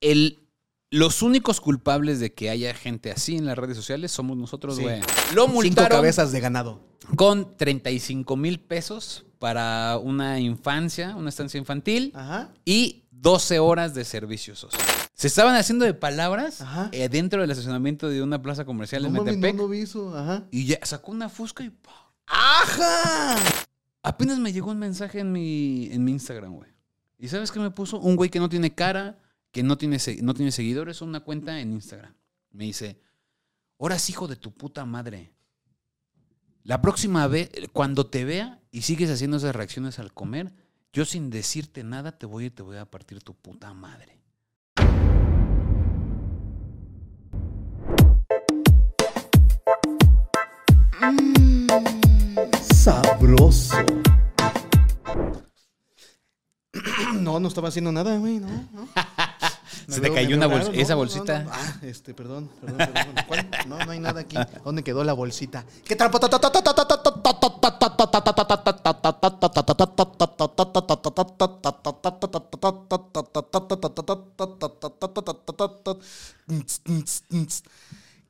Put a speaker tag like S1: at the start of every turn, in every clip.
S1: el, los únicos culpables de que haya gente así en las redes sociales somos nosotros,
S2: Sí.
S1: güey. Lo
S2: Cinco
S1: multaron
S2: cabezas de ganado.
S1: con 35 mil pesos para una infancia, una estancia infantil
S2: Ajá.
S1: y 12 horas de servicio social. Se estaban haciendo de palabras
S2: Ajá.
S1: eh, dentro del estacionamiento de una plaza comercial
S2: No
S1: en
S2: mames, no,
S1: Metepec
S2: no vi eso. Ajá.
S1: y ya sacó una fusca y ¡pah!
S2: ¡Ajá!
S1: Apenas me llegó un mensaje en mi, en mi Instagram, güey. ¿Y sabes qué me puso? Un güey que no tiene cara, que no tiene, se- no tiene seguidores, una cuenta en Instagram. Me dice, horas hijo de tu puta madre. La próxima vez, cuando te vea y sigues haciendo esas reacciones al comer, yo sin decirte nada te voy y te voy a partir tu puta madre.
S2: Sabroso. No, no estaba haciendo nada, güey, no, no.
S1: Se te
S2: veo-
S1: cayó
S2: veo
S1: una
S2: raro,
S1: bolsa- esa bolsita.
S2: Ah, este, perdón, perdón, perdón. ¿Cuál? No, no hay nada aquí. ¿Dónde quedó la bolsita? ¿Qué tal?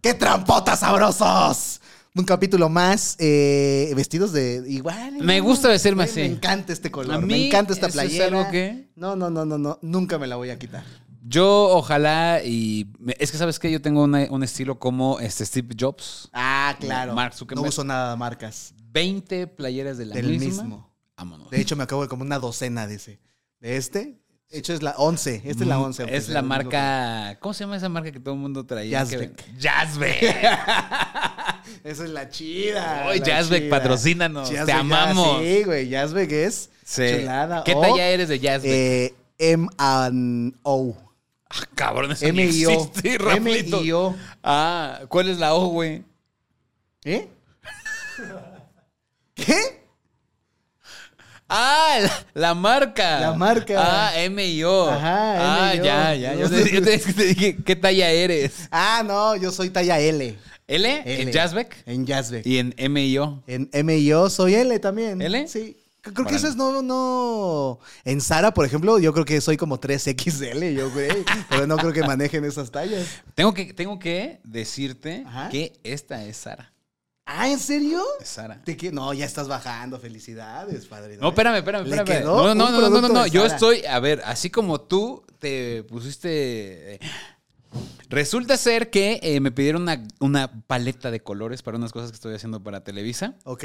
S2: ¡Qué trampotas sabrosos! Un capítulo más, eh, vestidos de igual.
S1: Me gusta vestirme
S2: Güey,
S1: así.
S2: Me encanta este color,
S1: A
S2: me
S1: mí
S2: encanta esta
S1: eso es
S2: playera.
S1: algo que-
S2: No, no, no, no, no, nunca me la voy a quitar.
S1: Yo ojalá y... me- Es que sabes que yo tengo una- un estilo como este Steve Jobs.
S2: Ah, claro.
S1: Mark
S2: no
S1: Zuckerberg.
S2: uso nada de marcas.
S1: 20 playeras de la
S2: Del
S1: misma.
S2: mismo.
S1: Vámonos.
S2: De hecho, me acabo de como una docena de ese. De este, de hecho es la 11. Esta es la
S1: Mm,
S2: 11.
S1: Es
S2: oficial,
S1: la
S2: lo único
S1: marca. ¿Cómo se llama esa marca que todo el mundo traía?
S2: Jazzbeck.
S1: Que- Jazzbeck.
S2: que- Esa es la chida.
S1: Oye,
S2: la
S1: Jazzbeck,
S2: chida.
S1: patrocínanos. Te
S2: ya-
S1: amamos.
S2: Sí, güey, Jazzbeck es
S1: Sí.
S2: chulada.
S1: ¿Qué
S2: O,
S1: talla eres de Jazzbeck?
S2: Eh, M&O.
S1: ah, cabrón, eso ni
S2: M-I-O.
S1: existe, Rafaelito.
S2: M-I-O.
S1: Ah, ¿cuál es la O, güey?
S2: ¿Eh? ¿Qué?
S1: Ah, la, la marca.
S2: La marca.
S1: Ah, M y O.
S2: Ajá,
S1: Ah,
S2: M y O.
S1: ya, ya. Yo te, yo te- te dije, ¿qué talla eres?
S2: Ah, no, yo soy talla L.
S1: ¿L?
S2: L.
S1: ¿En Jazzbeck?
S2: En Jazzbeck.
S1: Y en M y O.
S2: En M y yo soy L también.
S1: ¿L?
S2: Sí. C- Creo que
S1: Órale.
S2: eso es no, no. En Sara, por ejemplo, yo creo que soy como 3XL, yo güey. pero no creo que manejen esas tallas.
S1: Tengo que, tengo que decirte
S2: Ajá.
S1: que esta es Sara.
S2: Ah, ¿en serio?
S1: Es Sara.
S2: ¿De qué? No, ya estás bajando. Felicidades, padre.
S1: No, espérame, espérame,
S2: ¿Le
S1: espérame.
S2: quedó
S1: No, no, no, no,
S2: un
S1: no, no,
S2: producto
S1: no.
S2: de
S1: Yo
S2: Sara?
S1: estoy, a ver, así como tú te pusiste. eh, Resulta ser que eh, me pidieron una, una paleta de colores para unas cosas que estoy haciendo para Televisa,
S2: Ok.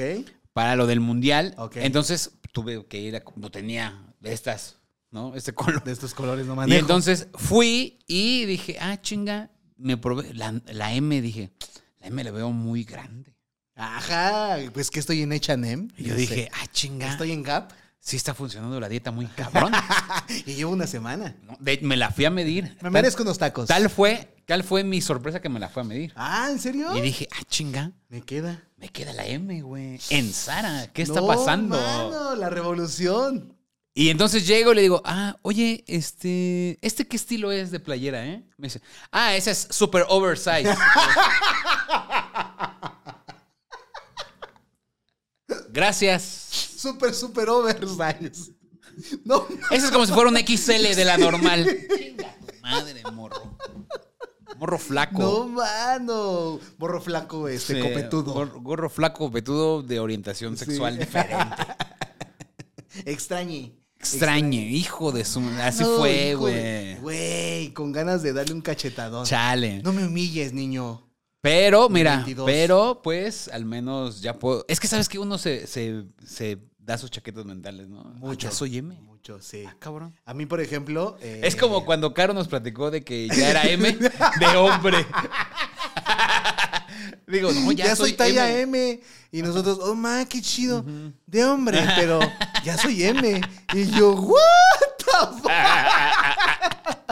S1: para lo del mundial.
S2: Ok.
S1: Entonces tuve que ir a. No tenía de estas, ¿no? Este color.
S2: De estos colores no
S1: Y
S2: manejo.
S1: entonces fui y dije, ah, chinga, me probé. La, la M, dije, la M la veo muy grande.
S2: Ajá. Pues que estoy en H&M.
S1: Y yo
S2: Dice,
S1: dije, ah, chinga,
S2: Estoy en Gap.
S1: sí está funcionando la dieta muy cabrón.
S2: y llevo una semana.
S1: No, de- me la fui a medir.
S2: Me merezco unos tacos.
S1: Tal fue, tal fue mi sorpresa que me la fue a medir.
S2: Ah, ¿en serio?
S1: Y dije, ah, chinga,
S2: Me queda.
S1: me queda la M, güey. En Sara, ¿qué está
S2: No,
S1: pasando?
S2: mano, la revolución.
S1: Y entonces llego y le digo, ah, oye, este, ¿este qué estilo es de playera, eh? Me dice, ah, esa es super oversize. Gracias.
S2: Súper, súper oversize. No,
S1: Esa es como si fuera un XL de la normal. Chinga tu madre, morro. Morro flaco.
S2: no, mano. Borro flaco, este,
S1: Sí,
S2: copetudo.
S1: gor- gorro flaco, copetudo de orientación sexual diferente.
S2: Extrañe.
S1: Extrañe, hijo de su. Así
S2: No,
S1: fue,
S2: hijo de-
S1: güey.
S2: Güey, con ganas de darle un cachetadón.
S1: Chale.
S2: No me humilles, niño.
S1: Pero, mira,
S2: 22.
S1: pero pues al menos ya puedo. Es que sabes que uno se, se, se da sus chaquetas mentales, ¿no? Ah,
S2: Mucho.
S1: ya soy M.
S2: Mucho, sí.
S1: Ah, cabrón.
S2: A mí, por ejemplo. eh,
S1: Es como cuando Caro nos platicó de que ya era M de hombre. Digo, no,
S2: Ya,
S1: ya,
S2: soy talla M. Y nosotros, oh, ma, qué chido. De hombre, pero ya soy M. Y yo, what the fuck?"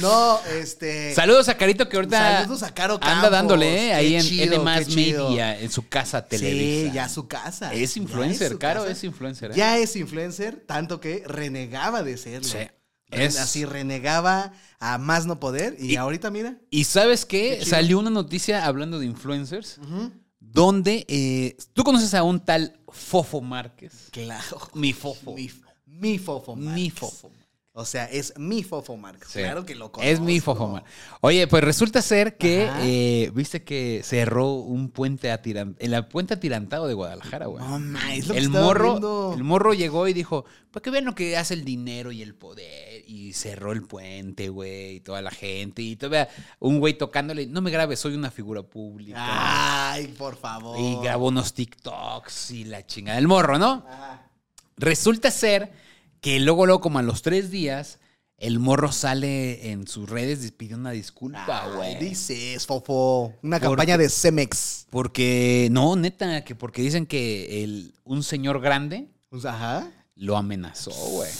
S2: No, este.
S1: Saludos a Carito que ahorita
S2: Saludos a Caro
S1: anda
S2: Campos.
S1: dándole
S2: Qué
S1: ¿eh? ahí en
S2: chido,
S1: N más
S2: qué chido.
S1: media en su casa
S2: Sí,
S1: Televisa.
S2: ya su casa.
S1: Es
S2: Ya
S1: influencer,
S2: su
S1: Caro
S2: casa.
S1: es influencer. ¿eh?
S2: Ya es influencer, tanto que renegaba de serlo.
S1: Sí,
S2: Re-
S1: es-
S2: Así renegaba a más no poder. Y,
S1: Y-
S2: ahorita, mira.
S1: Y sabes qué,
S2: Qué chido.
S1: salió una noticia hablando de influencers,
S2: Ujú.
S1: donde eh, tú conoces a un tal Fofo Márquez.
S2: Claro.
S1: Mi Fofo.
S2: Mi, mi fofo.
S1: Mi
S2: Max.
S1: Fofo.
S2: Ok. O sea, es mi Fofo Marx.
S1: Sí.
S2: Claro que lo conozco.
S1: Es mi Fofomar. Oye, pues resulta ser que,
S2: Ajá.
S1: eh, viste que cerró un puente atirantado, el puente atirantado de Guadalajara, güey.
S2: No, ma, es lo que
S1: el
S2: estaba
S1: morro,
S2: viendo.
S1: el morro llegó y dijo, pues que vean lo que hace el dinero y el poder. Y cerró el puente, güey, y toda la gente. Y todavía un güey tocándole, no me grabes, soy una figura pública.
S2: Ah, Ay, por favor.
S1: Y grabó unos TikToks y la chingada. El morro, ¿no?
S2: Ajá.
S1: Resulta ser que luego, luego, como a los tres días, el morro sale en sus redes y pide una disculpa,
S2: Ay,
S1: Ah, güey.
S2: dices, Fofo. Una
S1: ¿Por
S2: campaña de Cemex.
S1: Porque, no, neta, que porque dicen que el, un señor grande
S2: Pues, Ajá.
S1: lo amenazó, güey.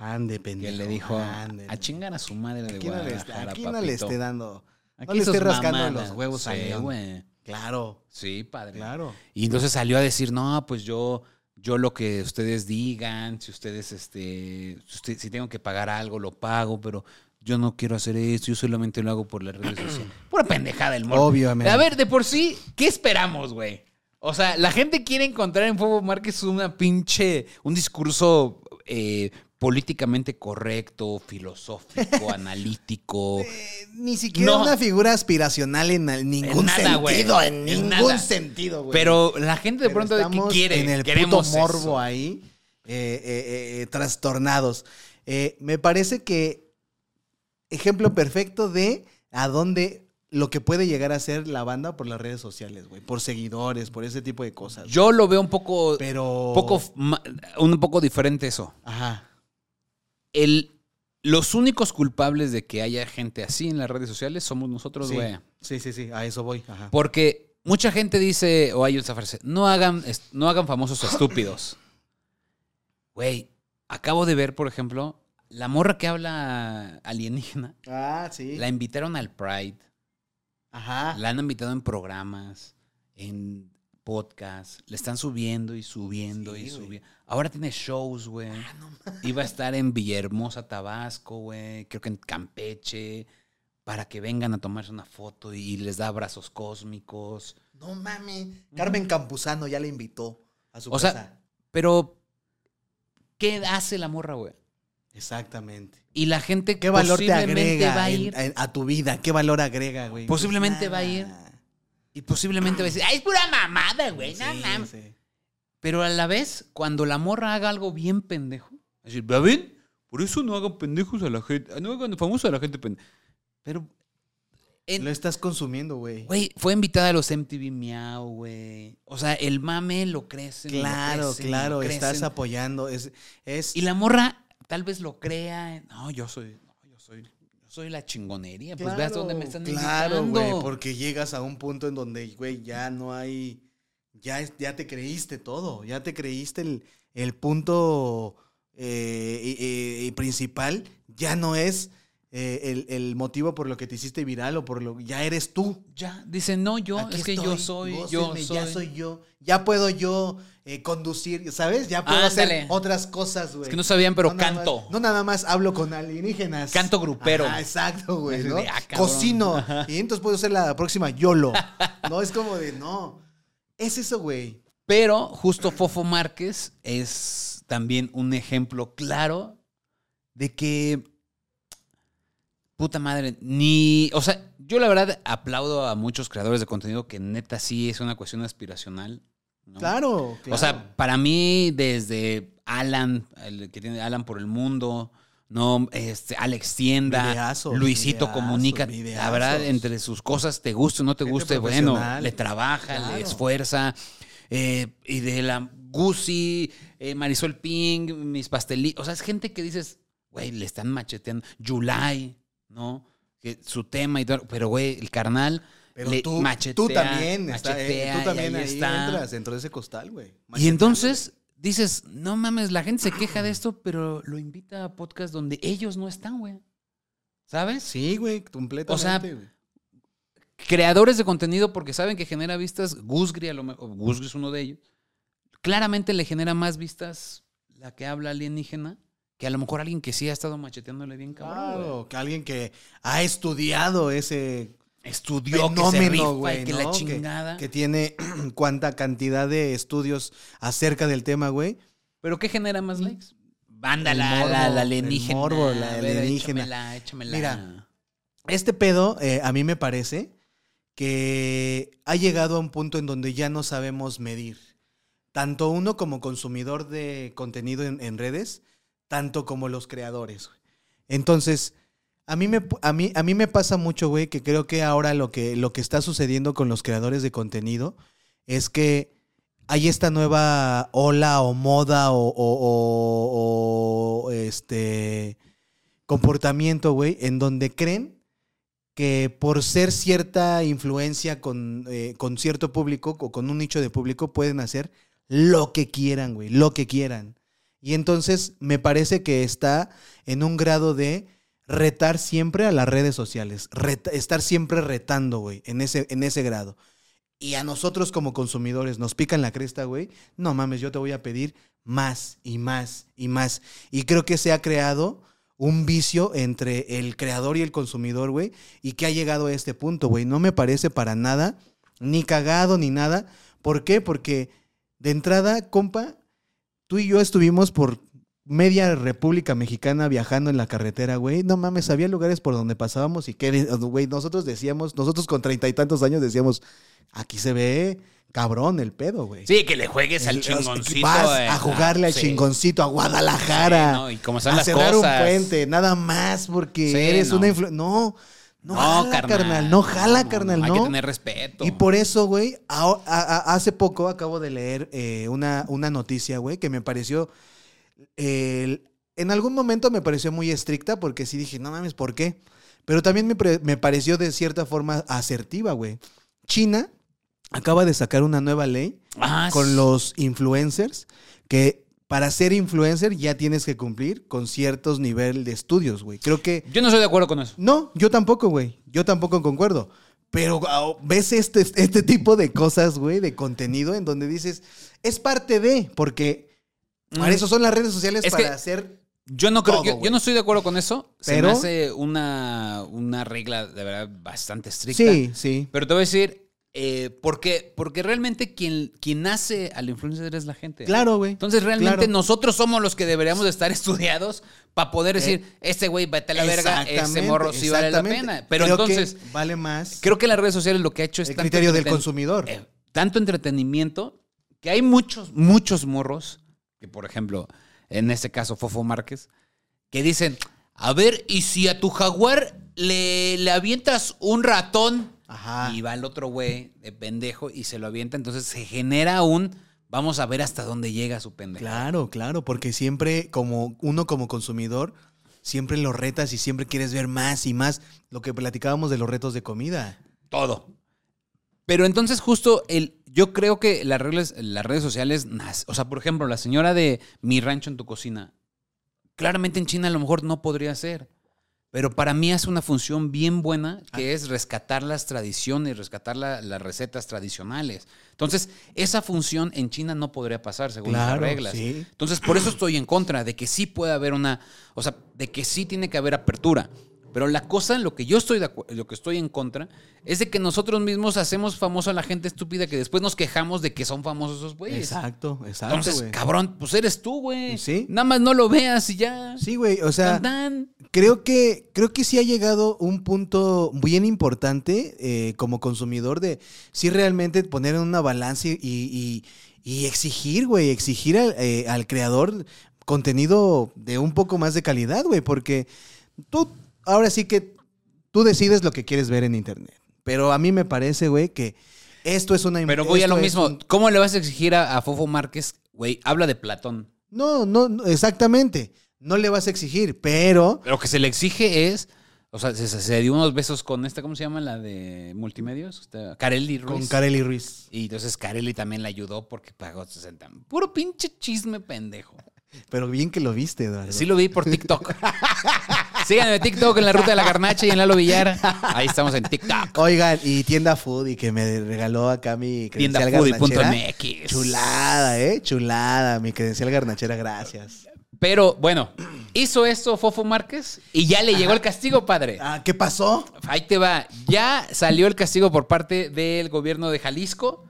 S2: Ande,
S1: Que
S2: pendejo.
S1: le dijo
S2: ande.
S1: a chingar a su madre de
S2: Aquí no le,
S1: Guadalajara,
S2: aquí no le
S1: papito.
S2: esté dando. No
S1: Aquí
S2: le esté
S1: sus
S2: rascando
S1: mamadas.
S2: los huevos a
S1: Sí,
S2: León.
S1: güey. Eh,
S2: Claro,
S1: Sí, padre.
S2: claro.
S1: Y entonces salió a decir, no, pues yo, yo lo que ustedes digan, si ustedes, este, si, usted- si tengo que pagar algo, lo pago, pero yo no quiero hacer eso, yo solamente lo hago por las redes sociales. Pura pendejada el morro.
S2: Obviamente.
S1: A ver, de por sí, ¿qué esperamos, güey? O sea, la gente quiere encontrar en Fuego Márquez una pinche, un discurso eh, políticamente correcto, filosófico, analítico.
S2: Eh, ni siquiera
S1: No.
S2: una figura aspiracional en al- ningún
S1: nada, güey.
S2: sentido. En
S1: En
S2: ningún
S1: nada.
S2: sentido, güey.
S1: Pero la gente de
S2: Pero
S1: pronto, ¿qué
S2: estamos
S1: quiere?
S2: En el puto
S1: Queremos eso.
S2: morbo ahí, eh, eh, eh, eh, trastornados. Eh, me parece que ejemplo perfecto de a dónde lo que puede llegar a ser la banda por las redes sociales, güey. Por seguidores, por ese tipo de cosas.
S1: Yo lo veo un poco,
S2: Pero.
S1: poco f- ma- un poco diferente eso.
S2: Ajá.
S1: El, los únicos culpables de que haya gente así en las redes sociales somos nosotros,
S2: Sí.
S1: güey.
S2: Sí, sí, sí. A eso voy. Ajá.
S1: Porque mucha gente dice, o hay otra frase, no hagan, est- no hagan famosos a estúpidos. Güey, acabo de ver, por ejemplo, la morra que habla alienígena,
S2: Ah, sí.
S1: la invitaron al Pride,
S2: Ajá.
S1: la han invitado en programas, en podcasts, le están subiendo y subiendo
S2: Sí,
S1: y
S2: güey. Ah,
S1: subiendo. Ahora tiene shows, güey. Iba a estar en Villahermosa, Tabasco, güey, creo que en Campeche, para que vengan a tomarse una foto y les da abrazos cósmicos.
S2: No mames. Carmen Campuzano ya le invitó a su
S1: O sea-
S2: casa.
S1: Pero, ¿qué hace la morra, güey?
S2: Exactamente.
S1: Y la gente
S2: ¿Qué valor te
S1: posiblemente
S2: agrega
S1: va a
S2: en-
S1: ir.
S2: en- a tu vida? ¿Qué valor agrega, güey?
S1: Posiblemente
S2: Pues
S1: va a ir.
S2: nada.
S1: Y posiblemente va a decir, ¡ay, es pura mamada, güey! no
S2: Sí,
S1: mames".
S2: sí.
S1: Pero a la vez, cuando la morra haga algo bien pendejo, va a decir, "¿Ya ven? Por eso no hagan pendejos a la gente, no hagan famosos a la gente pendeja. Pero, en-
S2: Lo estás consumiendo, güey.
S1: güey, fue invitada a los MTV Miau, güey. O sea, el mame lo crecen. lo
S2: Claro,
S1: crecen,
S2: claro,
S1: lo
S2: estás
S1: crecen.
S2: apoyando. Es, es
S1: Y la morra tal vez lo crea. No, yo soy, no, yo soy, yo soy la chingonería. Pues veas dónde me están
S2: Claro, güey,
S1: invitando.
S2: porque llegas a un punto en donde, güey, ya no hay, ya, es- ya te creíste todo, ya te creíste el, el punto eh, y- y- y principal, ya no es eh, el, el motivo por lo que te hiciste viral o por lo ya eres tú.
S1: Ya, dicen, no, yo,
S2: Aquí
S1: es que
S2: estoy,
S1: yo soy, yo
S2: gócenme,
S1: soy.
S2: ya soy yo, ya puedo yo eh, conducir, ¿sabes? Ya puedo
S1: Ándale.
S2: hacer otras cosas, güey.
S1: Es que no sabían, pero
S2: nada
S1: canto.
S2: más- no nada más hablo con alienígenas.
S1: Canto grupero.
S2: Ajá, exacto, güey.
S1: Así
S2: ¿no?
S1: de, ah, cabrón.
S2: Cocino. Y entonces puedo ser la próxima YOLO. No, es como de, no. Es eso, güey.
S1: Pero justo Fofo Márquez es también un ejemplo claro de que. Puta madre, ni. O sea, yo la verdad aplaudo a muchos creadores de contenido que neta sí es una cuestión aspiracional. ¿no?
S2: Claro, claro.
S1: O sea, para mí, desde Alan, el que tiene Alan por el mundo, no, este, Alex Tienda,
S2: Videazos,
S1: Luisito
S2: videazos,
S1: Comunica, la
S2: videazos.
S1: verdad, entre sus cosas, te guste o no te
S2: Gente
S1: guste, bueno,
S2: profesional.
S1: le trabaja,
S2: Claro.
S1: le esfuerza. eh, y de la Gucci, eh, Marisol Ping, mis pastelitos. O sea, es gente que dices, güey, le están macheteando. July, ¿no? Que su tema y todo. Pero, güey, el carnal.
S2: Pero
S1: le
S2: tú,
S1: machetea,
S2: tú también, está- eh,
S1: machetea,
S2: tú también
S1: y ahí
S2: ahí
S1: está.
S2: entras dentro de ese costal, güey.
S1: Y entonces dices, no mames, la gente se queja de esto, pero lo invita a podcast donde ellos no están, güey. ¿Sabes?
S2: Sí, güey, completamente.
S1: O sea,
S2: güey.
S1: Creadores de contenido porque saben que genera vistas. Guzgri, a lo mejor, Guzgri es uno de ellos. Claramente le genera más vistas la que habla alienígena que a lo mejor alguien que sí ha estado macheteándole bien cabrón. güey.
S2: claro, que alguien que ha estudiado ese
S1: Estudió que se rifa
S2: fenómeno,
S1: y
S2: güey,
S1: que
S2: ¿no?
S1: la chingada.
S2: que tiene cuánta cantidad de estudios acerca del tema, güey.
S1: pero ¿qué genera más likes? Banda,
S2: Mm. El
S1: la, la,
S2: morbo,
S1: la
S2: el
S1: alienígena.
S2: morbo, la
S1: a ver,
S2: alienígena.
S1: échamela, échamela.
S2: Mira. Este pedo, eh, a mí me parece que ha llegado a un punto en donde ya no sabemos medir. Tanto uno como consumidor de contenido en, en redes, tanto como los creadores. güey. Entonces, a mí me, a mí, a mí me pasa mucho, güey, que creo que ahora lo que, lo que está sucediendo con los creadores de contenido es que hay esta nueva ola o moda o, o- o- o, este comportamiento, güey, en donde creen que por ser cierta influencia con, eh, con cierto público o con un nicho de público pueden hacer lo que quieran, güey, lo que quieran. Y entonces me parece que está en un grado de retar siempre a las redes sociales, reta- estar siempre retando, güey, en ese, en ese grado. Y a nosotros como consumidores nos pican la cresta, güey. No mames, yo te voy a pedir más y más y más. Y creo que se ha creado un vicio entre el creador y el consumidor, güey, y que ha llegado a este punto, güey. No me parece para nada, ni cagado ni nada. ¿Por qué? Porque de entrada, compa, tú y yo estuvimos por media República Mexicana viajando en la carretera, güey. No mames, había lugares por donde pasábamos y que, güey, nosotros decíamos, nosotros con treinta y tantos años decíamos, aquí se ve cabrón el pedo, güey.
S1: Sí, que le juegues al
S2: El-
S1: chingoncito.
S2: Vas
S1: eh,
S2: a jugarle al
S1: sí.
S2: chingoncito a Guadalajara.
S1: Sí, no, y como son
S2: a
S1: las
S2: cerrar
S1: cosas.
S2: un puente, nada más porque
S1: Sí,
S2: eres
S1: no.
S2: una influencia. No, no, jala, carnal, No jala, carnal, no.
S1: Hay que tener respeto.
S2: Y por eso, güey, a- a- a- hace poco acabo de leer eh, una, una noticia, güey, que me pareció. eh, en algún momento me pareció muy estricta porque sí dije, no mames, ¿por qué? Pero también me, pre- me pareció de cierta forma asertiva, güey. China acaba de sacar una nueva ley
S1: Ah, sí.
S2: con los influencers que. Para ser influencer ya tienes que cumplir con ciertos niveles de estudios, güey. Creo que
S1: Yo no estoy de acuerdo con eso.
S2: no, yo tampoco, güey. Yo tampoco concuerdo. Pero ah, ves este, este tipo de cosas, güey, de contenido en donde dices, es parte de, porque Mm. para eso son las redes sociales
S1: Mm. Es
S2: para
S1: que-
S2: hacer...
S1: Yo no creo,
S2: Todo,
S1: yo- yo,
S2: güey.
S1: no estoy de acuerdo con eso.
S2: Pero-
S1: Se me hace una, una regla de verdad bastante estricta.
S2: Sí, sí.
S1: Pero te voy a decir, eh, porque, porque realmente quien, quien hace al influencer es la gente.
S2: Claro, güey.
S1: Entonces realmente
S2: Claro.
S1: nosotros somos los que deberíamos de estar estudiados para poder decir, este güey vete a la verga, ese
S2: Eh, Exactamente,
S1: morro sí vale la
S2: exactamente.
S1: pena. Pero
S2: Creo que
S1: entonces,
S2: vale más
S1: creo que las redes sociales lo que ha hecho es
S2: el
S1: tanto
S2: criterio del
S1: entreten-
S2: consumidor.
S1: eh, tanto entretenimiento que hay muchos, muchos morros, que por ejemplo, en este caso Fofo Márquez, que dicen, a ver, ¿y si a tu jaguar le, le avientas un ratón?
S2: Ajá.
S1: Y va el otro güey de pendejo y se lo avienta, entonces se genera un, vamos a ver hasta dónde llega su pendejo.
S2: Claro, claro, porque siempre como uno como consumidor, siempre lo retas y siempre quieres ver más y más lo que platicábamos de los retos de comida.
S1: Todo. Pero entonces justo el, yo creo que las redes, las redes sociales, nas- o sea, por ejemplo, la señora de Mi Rancho en tu cocina, claramente en China a lo mejor no podría ser, pero para mí hace una función bien buena
S2: Ah.
S1: que es rescatar las tradiciones, rescatar la- las recetas tradicionales. Entonces, esa función en China no podría pasar según
S2: Claro,
S1: las reglas.
S2: sí.
S1: Entonces, por eso estoy en contra de que sí puede haber una, o sea, de que sí tiene que haber apertura. Pero la cosa en lo que yo estoy de acu- lo que estoy en contra es de que nosotros mismos hacemos famoso a la gente estúpida que después nos quejamos de que son famosos esos güeyes.
S2: Exacto, exacto.
S1: Entonces,
S2: güey.
S1: cabrón, pues eres tú, güey.
S2: Sí.
S1: Nada más no lo veas y ya.
S2: Sí, güey, o sea,
S1: Tan, tan.
S2: Creo que, creo que sí ha llegado un punto bien importante eh, como consumidor de sí realmente poner en una balanza y, y- y exigir, güey, exigir al, eh, al creador contenido de un poco más de calidad, güey, porque tú, ahora sí que tú decides lo que quieres ver en internet. Pero a mí me parece, güey, que esto es una...
S1: Pero voy a
S2: em, esto
S1: lo
S2: es
S1: mismo.
S2: un-
S1: ¿Cómo le vas a exigir a, a Fofo Márquez, güey? Habla de Platón.
S2: No, no, no, exactamente. No le vas a exigir, pero...
S1: Lo que se le exige es. O sea, se, se dio unos besos con esta, ¿cómo se llama? La de multimedios. Esta- Carelli Ruiz.
S2: Con Kareli Ruiz.
S1: Y entonces Carelli también la ayudó porque pagó 60. Puro pinche chisme pendejo.
S2: Pero bien que lo viste, Eduardo.
S1: Sí lo vi por TikTok. Síganme en TikTok en la ruta de la garnacha y en Lalo Villar. Ahí estamos en TikTok.
S2: Oigan, y tienda Food y que me regaló acá mi credencial garnachera.
S1: Tiendafoodie.mx.
S2: Chulada, eh, chulada, mi credencial garnachera, gracias.
S1: Pero bueno, hizo esto Fofo Márquez y ya le llegó el castigo, padre.
S2: Ah, ¿qué pasó?
S1: Ahí te va. Ya salió el castigo por parte del gobierno de Jalisco,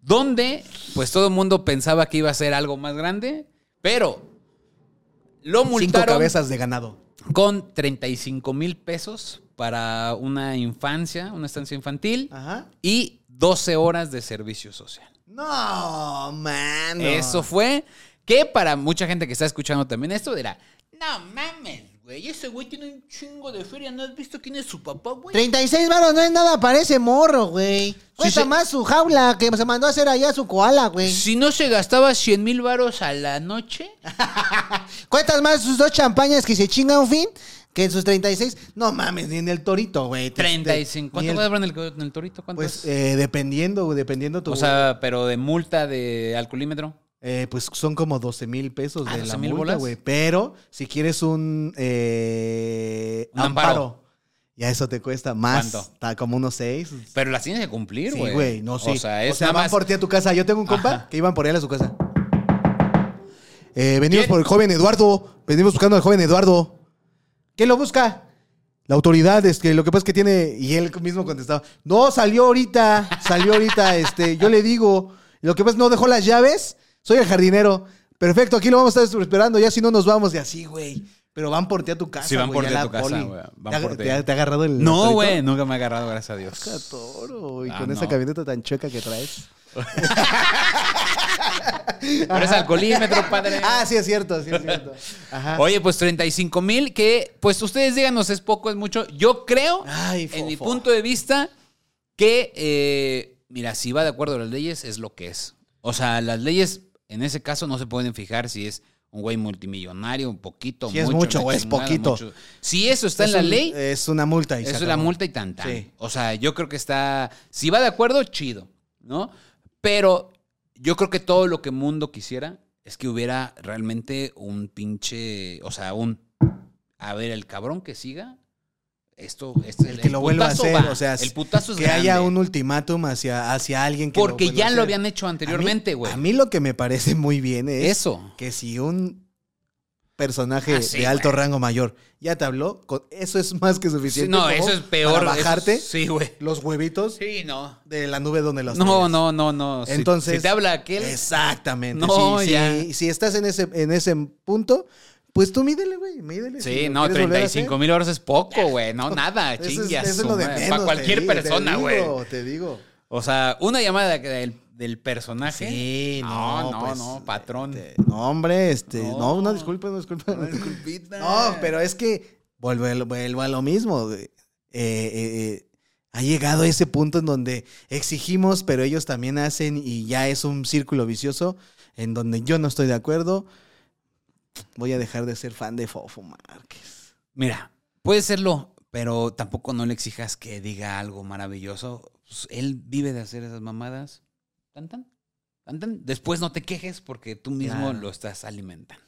S1: donde pues todo el mundo pensaba que iba a ser algo más grande, pero Lo
S2: Cinco
S1: multaron
S2: cabezas de ganado.
S1: con 35 mil pesos para una infancia, una estancia infantil
S2: Ajá.
S1: y 12 horas de servicio social.
S2: No, mano.
S1: Eso fue que para mucha gente que está escuchando también esto dirá, no mames, güey, ese güey tiene un chingo de feria, ¿no has visto quién es su papá, güey?
S3: 36 varos no es nada para ese morro, güey. Cuesta
S1: se-
S3: más su jaula que se mandó a hacer allá su koala, güey.
S1: Si no se gastaba 100 mil varos a la noche,
S2: Ah,
S3: Cuentas más sus dos champañas que se chinga un fin que en sus 36.
S2: No mames, ni en el torito, güey.
S1: 35.
S2: Ni
S1: ¿Cuánto
S2: el-
S1: cobran en el, en el torito? ¿Cuánto
S2: este, Pues
S1: es?
S2: eh, dependiendo, güey, dependiendo tu.
S1: o sea, pero de multa de alcoholímetro.
S2: eh, pues son como 12 mil pesos
S1: Ah,
S2: de la
S1: 12,000
S2: multa,
S1: bolas.
S2: güey. Pero si quieres un, eh,
S1: Un
S2: amparo,
S1: amparo.
S2: ya eso te cuesta más.
S1: ¿Cuánto?
S2: Está como unos 6.
S1: Pero las tienes que cumplir,
S2: Sí,
S1: güey.
S2: güey, no sé.
S1: O sea, es nada
S2: van
S1: más.
S2: por ti a tu casa. Yo tengo un compa
S1: Ajá.
S2: que iban por él a su casa. Eh, venimos
S1: ¿Quién?
S2: por el joven Eduardo. Venimos buscando al joven Eduardo. ¿Quién lo busca? La autoridad, es que lo que pasa es que tiene. Y él mismo contestaba: No, salió ahorita, salió ahorita, este, yo le digo. Lo que pasa es que no dejó las llaves, soy el jardinero. Perfecto, aquí lo vamos a estar esperando, ya si no nos vamos de así, güey. Pero van por ti a tu casa.
S1: Sí, van
S2: güey,
S1: por ti a
S2: la
S1: tu casa,
S2: poli.
S1: güey, van
S2: ¿Te ha-
S1: por ti.
S2: ¿Te, ha- te ha agarrado el.
S1: No,
S2: torito?
S1: güey, nunca me ha agarrado, gracias a Dios.
S2: Saca toro, y
S1: Ah,
S2: con esa
S1: no.
S2: camioneta tan chueca que traes.
S1: Pero es alcoholímetro, padre.
S2: Ah, sí, es cierto, sí, es cierto. Ajá.
S1: Oye, pues 35 mil, que pues ustedes díganos, es poco, es mucho. Yo creo,
S2: Ay,
S1: en mi
S2: fofo.
S1: punto de vista, que, eh, mira, si va de acuerdo a las leyes, es lo que es. O sea, las leyes en ese caso no se pueden fijar si es un güey multimillonario, un poquito,
S2: Si es mucho
S1: la
S2: o es
S1: chingada,
S2: poquito.
S1: Si eso está
S2: Es
S1: en la
S2: un- eh,
S1: ley,
S2: Es una multa. y se
S1: eso es
S2: acabó.
S1: la multa y tanta.
S2: Sí.
S1: O sea, yo creo que está. Si va de acuerdo, chido, ¿no? Pero yo creo que todo lo que mundo quisiera es que hubiera realmente un pinche. O sea, un. A ver, el cabrón que siga. Esto, este,
S2: El que lo vuelva a
S1: putazo
S2: hacer,
S1: va,
S2: o sea,
S1: el putazo es
S2: Que haya
S1: grande,
S2: un ultimátum hacia, hacia alguien que. lo
S1: Porque
S2: vuelva
S1: ya
S2: a
S1: lo
S2: hacer.
S1: habían hecho anteriormente,
S2: A mí-
S1: güey.
S2: A mí lo que me parece muy bien es
S1: Eso.
S2: que si un personaje
S1: Ah, sí,
S2: de alto
S1: güey.
S2: rango mayor ya te habló, con- eso es más que suficiente.
S1: no,
S2: como
S1: eso es peor.
S2: Para
S1: eso es-
S2: bajarte
S1: sí, güey.
S2: los huevitos
S1: Sí, no.
S2: de la nube donde los
S1: No,
S2: traías.
S1: no, no, no. Si-
S2: Entonces,
S1: Si, te habla aquel.
S2: Exactamente.
S1: No,
S2: sí, sí,
S1: ya.
S2: Si, estás en ese, en ese punto, pues tú mídele, güey. Mídele.
S1: Sí,
S2: si lo
S1: no,
S2: quieres volver a
S1: 35 mil horas es poco, güey. No, nada,
S2: hacer. Eso es-
S1: chingas.
S2: eso es lo de menos.
S1: Para
S2: te
S1: cualquier
S2: digo, te
S1: persona,
S2: digo,
S1: güey.
S2: Te digo.
S1: O sea, una llamada que del, del personaje. no, no,
S2: pues,
S1: no, patrón.
S2: este, no, hombre, este. No,
S1: No.
S2: no, disculpa, no disculpa. No, pero es que vuelvo, a lo- vuelvo a lo mismo. güey. Eh, eh, eh, ha llegado a ese punto en donde exigimos, pero ellos también hacen y ya es un círculo vicioso en donde yo no estoy de acuerdo. Voy a dejar de ser fan de Fofo Márquez.
S1: Mira, puede serlo, pero tampoco no le exijas que diga algo maravilloso. Pues, él vive de hacer esas mamadas. Tan, tan. Tan, tan. Después no te quejes porque tú mismo
S2: Claro.
S1: lo estás alimentando.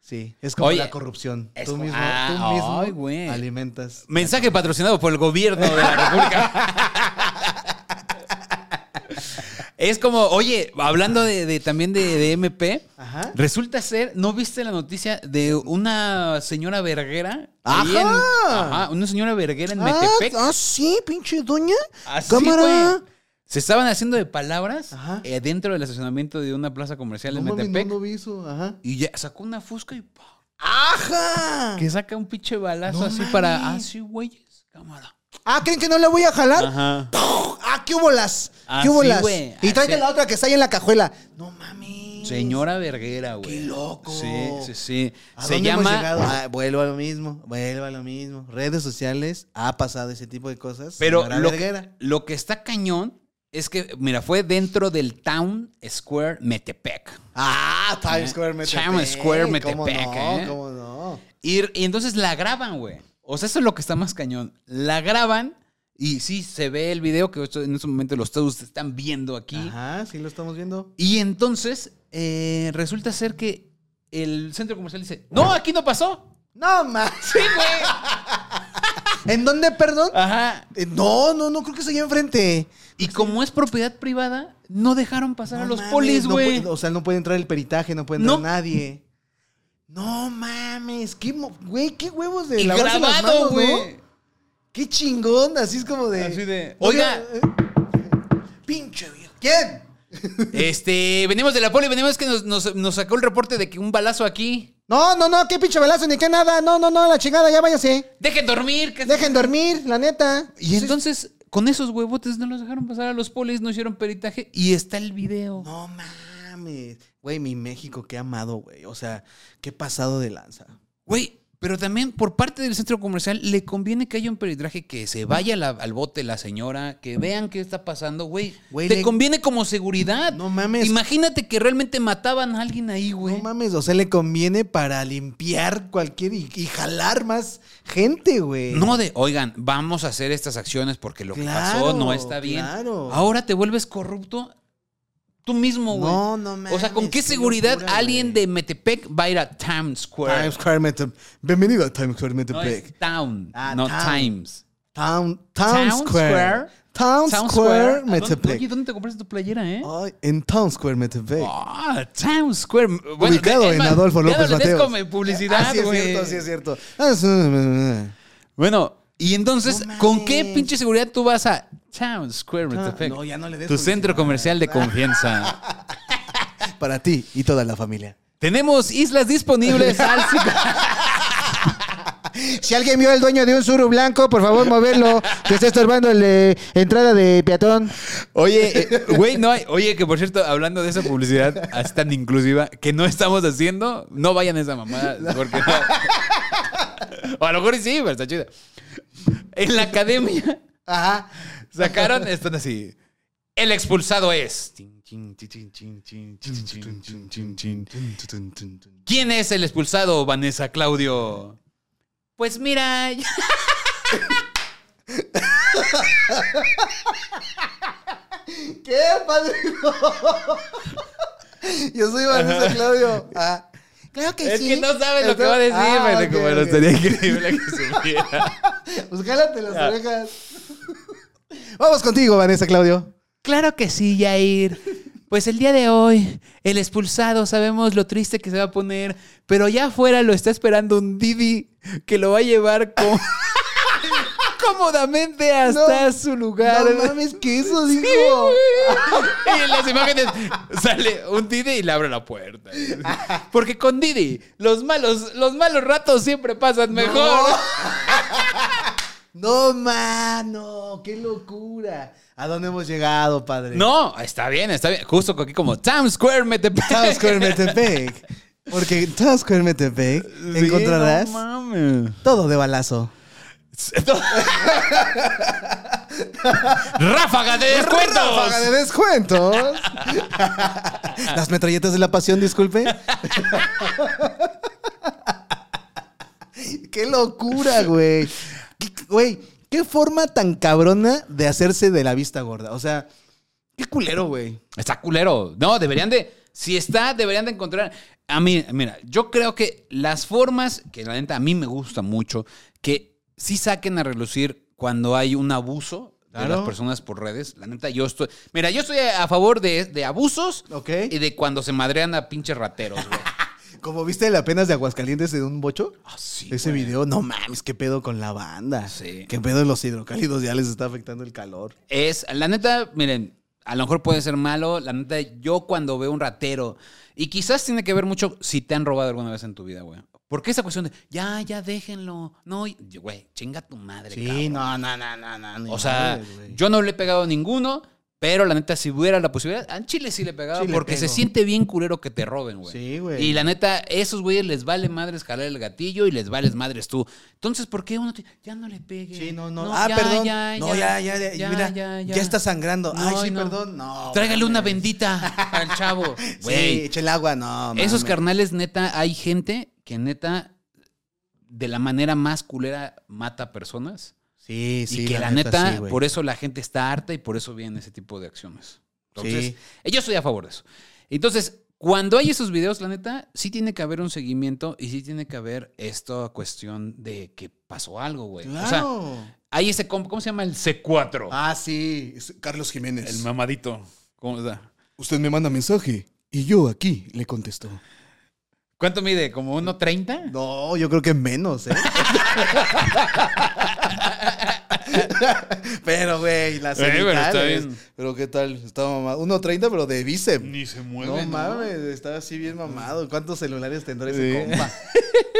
S2: Sí, es como
S1: Oye,
S2: la corrupción.
S1: es
S2: Tú
S1: como-
S2: mismo,
S1: ah,
S2: tú mismo
S1: ay, güey.
S2: alimentas.
S1: Mensaje patrocinado por el gobierno de la República. es como, oye, hablando de, de- también de, de MP,
S2: Ajá.
S1: resulta ser, ¿no viste la noticia de una señora verguera? ahí
S2: Ajá.
S1: en- ajá, una señora verguera en Metepec.
S3: Ah, ah, sí, pinche doña.
S1: Así,
S3: cámara.
S1: güey. Se estaban haciendo de palabras
S2: Ajá.
S1: eh, dentro del estacionamiento de una plaza comercial
S2: No,
S1: en
S2: mames,
S1: Metepec.
S2: no, no vi eso. Ajá.
S1: Y ya sacó una fusca y ¡pah!
S3: ¡Ajá!
S1: que saca un pinche balazo
S2: Ah. No
S1: así para.
S2: mames.
S1: Así, güeyes, cámara.
S3: Ah, ¿creen que no le voy a jalar?
S1: Ajá.
S3: Ah, qué bolas.
S1: Así,
S3: ¿Qué bolas?
S1: güey,
S3: Y tráete
S1: así.
S3: la otra que está ahí en la cajuela. No mames.
S1: Señora Verguera, güey.
S3: ¡Qué loco!
S1: Sí, sí, sí.
S2: ¿A
S1: Se
S2: dónde hemos llegado?
S1: llama.
S2: Ah, vuelvo a lo mismo, vuelvo a lo mismo. Redes sociales, ha pasado ese tipo de cosas.
S1: Pero
S2: señora
S1: lo que,
S2: Verguera.
S1: lo que está cañón es que, mira, fue dentro del Town Square Metepec.
S2: Ah,
S1: Eh,
S2: Times Square Metepec.
S1: Times Square
S2: ¿Cómo
S1: Metepec,
S2: no?
S1: eh.
S2: ¿Cómo no?
S1: Y, y entonces la graban, güey. O sea, eso es lo que está más cañón. La graban y sí se ve el video que esto- en este momento los todos están viendo aquí.
S2: Ajá, sí lo estamos viendo.
S1: Y entonces eh, resulta ser que el centro comercial dice: No, aquí no pasó.
S2: No más.
S1: Sí, güey. Ah.
S2: ¿En dónde, perdón?
S1: Ajá.
S2: Eh, no, no, no, creo que es allá enfrente.
S1: Y como es propiedad privada, no dejaron pasar
S2: No
S1: a los
S2: mames,
S1: polis,
S2: no
S1: güey.
S2: puede- o sea, no puede entrar el peritaje, no puede entrar
S1: No.
S2: nadie. No mames, qué, mo- güey, qué huevos de
S1: y
S2: lavarse las
S1: grabado,
S2: manos,
S1: güey.
S2: ¿no? Qué chingón, así es como de.
S1: Así de,
S2: Oye,
S1: oiga.
S2: eh, pinche viejo. ¿Quién?
S1: Este, venimos de la poli, venimos que nos, nos- nos sacó el reporte de que un balazo aquí.
S3: No, no, no, qué pinche balazo, ni qué nada. No, no, no, la chingada, ya váyase.
S1: Dejen dormir. que-
S3: Dejen dormir, la neta.
S1: Y entonces, con esos huevotes no los dejaron pasar a los polis, no hicieron peritaje y está el video.
S2: No mames. Güey, mi México, qué amado, güey. O sea, qué pasado de lanza.
S1: Güey, pero también por parte del centro comercial le conviene que haya un peritaje que se vaya la- al bote la señora, que vean qué está pasando, güey.
S2: Güey,
S1: Te
S2: le-
S1: conviene como seguridad.
S2: No mames.
S1: Imagínate que realmente mataban a alguien ahí, güey.
S2: No mames, o sea, le conviene para limpiar cualquier y, y jalar más gente, güey.
S1: No de, oigan, vamos a hacer estas acciones porque lo que
S2: Claro,
S1: pasó no está bien.
S2: claro.
S1: Ahora te vuelves corrupto tú mismo, güey.
S2: No, no mames.
S1: o sea, ¿con qué seguridad alguien de Metepec va a ir a Times Square?
S2: Times Square Metro. Bienvenido a Times Square
S1: no
S2: Metepec.
S1: es Town,
S2: Ah,
S1: no
S2: town.
S1: Times.
S2: Town, Town,
S1: Town
S2: Square.
S1: Square.
S2: Town
S1: Town
S2: Square,
S1: ¿A dónde-
S2: Metepec. Oh,
S1: Oye, ¿dónde te compraste tu playera, eh?
S2: Ay, en Town Square Metepec.
S1: Ah, Times Square. Bueno,
S2: Ubicado
S1: es
S2: en
S1: más,
S2: Adolfo
S1: ya
S2: López
S1: no le des
S2: Mateos.
S1: como publicidad,
S2: Ah, sí es
S1: güey.
S2: cierto, sí es cierto. Ah, sí, eh, eh,
S1: Bueno, y entonces,
S2: No
S1: ¿con qué
S2: mames. eh.
S1: pinche seguridad tú vas a Town Square, Metepec?
S2: No, ya no le des
S1: tu
S2: publicidad.
S1: centro comercial de confianza.
S2: Para ti y toda la familia.
S1: Tenemos islas disponibles al
S3: Si alguien vio al dueño de un suru blanco, por favor, moverlo, que está estorbando la entrada de peatón.
S1: Oye, eh, güey, no hay. Oye, que por cierto, hablando de esa publicidad así tan inclusiva que no estamos haciendo, no vayan a esa mamada. Porque no. O a lo mejor y sí, pero está chida. En la academia
S2: Ajá.
S1: sacaron, están así. El expulsado es. ¿Quién es el expulsado, Vanessa Claudio? Pues mira.
S2: ¿Qué, padre? Yo soy Vanessa Claudio. Ah.
S3: Claro que
S1: Es
S3: sí.
S1: que no sabe lo que va a decir,
S2: Ah,
S1: pero
S2: ok,
S1: como no
S2: ok.
S1: sería increíble que supiera.
S2: Pues jálate las
S1: Ah.
S2: orejas. Vamos contigo, Vanessa Claudio.
S1: Claro que sí, Yair. Pues el día de hoy, el expulsado, sabemos lo triste que se va a poner, pero ya afuera lo está esperando un Didi que lo va a llevar co- cómodamente hasta
S2: No,
S1: su lugar.
S2: No mames, que eso dijo.
S1: y en las imágenes sale un Didi y le abre la puerta. Porque con Didi, los malos, los malos ratos siempre pasan mejor.
S2: No, mano, qué locura. ¿A dónde hemos llegado, padre?
S1: No, está bien, está bien. Justo aquí como Times Square, Metepec.
S2: Town Square Metepec. Porque en Town Square Metepec
S1: Sí,
S2: encontrarás
S1: no mames.
S2: todo de balazo.
S1: Ráfaga de descuentos.
S2: Ráfaga de descuentos. Las metralletas de la pasión, disculpe. Qué locura, güey. Qué- Güey, qué forma tan cabrona de hacerse de la vista gorda. O sea, qué culero, güey.
S1: Está culero. No, deberían de. Si está, deberían de encontrar. A mí, mira, yo creo que las formas, que la neta a mí me gusta mucho, que sí saquen a relucir cuando hay un abuso de las
S2: Claro.
S1: personas por redes. La neta, yo estoy. Mira, yo estoy a favor de, de abusos
S2: Ok.
S1: y de cuando se madrean a pinches rateros, güey.
S2: Como viste el apenas de Aguascalientes de un bocho.
S1: Así.
S2: Ese video, no mames, qué pedo con la banda.
S1: Sí.
S2: Qué pedo los hidrocálidos ya les está afectando el calor.
S1: Es, la neta, miren, a lo mejor puede ser malo. La neta, yo cuando veo un ratero, y quizás tiene que ver mucho si te han robado alguna vez en tu vida, güey. Porque esa cuestión de, ya, ya, déjenlo. No, y- güey, chinga tu madre, cabrón.
S2: no, no, no, no. ni
S1: O sea,
S2: madres, güey.
S1: yo no le he pegado a ninguno, pero la neta, si hubiera la posibilidad, a Chile sí le pegaba
S2: Sí le
S1: porque se
S2: pego.
S1: siente bien culero que te roben, güey.
S2: Sí, güey.
S1: Y la neta, esos güeyes les vale madres jalar el gatillo y les vales madres tú. Entonces, ¿por qué uno te- ya no le pegue?
S2: Sí, no, no. ah,
S1: ya,
S2: perdón. no, ya, ya, ya, Mira, ya, está sangrando. Ay,
S1: No,
S2: sí,
S1: no.
S2: perdón. No.
S1: Tráigale una
S2: mames.
S1: bendita al chavo.
S2: Sí,
S1: Güey,
S2: echa el agua, no.
S1: esos
S2: mames.
S1: carnales, neta, hay gente que neta de la manera más culera mata personas.
S2: Sí, sí.
S1: y que la neta,
S2: sí, güey.
S1: por eso la gente está harta y por eso vienen ese tipo de acciones. Entonces,
S2: Sí.
S1: eh, yo estoy a favor de eso. Entonces, cuando hay esos videos, la neta, sí tiene que haber un seguimiento y sí tiene que haber esta cuestión de que pasó algo, güey. O sea,
S2: Claro.
S1: hay ese, compa- ¿cómo se llama? El C4.
S2: ah, sí. es Carlos Jiménez.
S1: El mamadito. ¿Cómo está?
S2: Usted me manda mensaje y yo aquí le contesto.
S1: ¿Cuánto mide? ¿Como 1.30?
S2: No, yo creo que menos, ¿eh? Pero, güey, las
S1: Eh, pero está
S2: genitales.
S1: bien.
S2: Pero qué tal, estaba mamado. 1.30, pero de bíceps.
S1: Ni se mueve.
S2: No mames, está así bien mamado. ¿Cuántos celulares tendrá ese
S1: Sí.
S2: compa?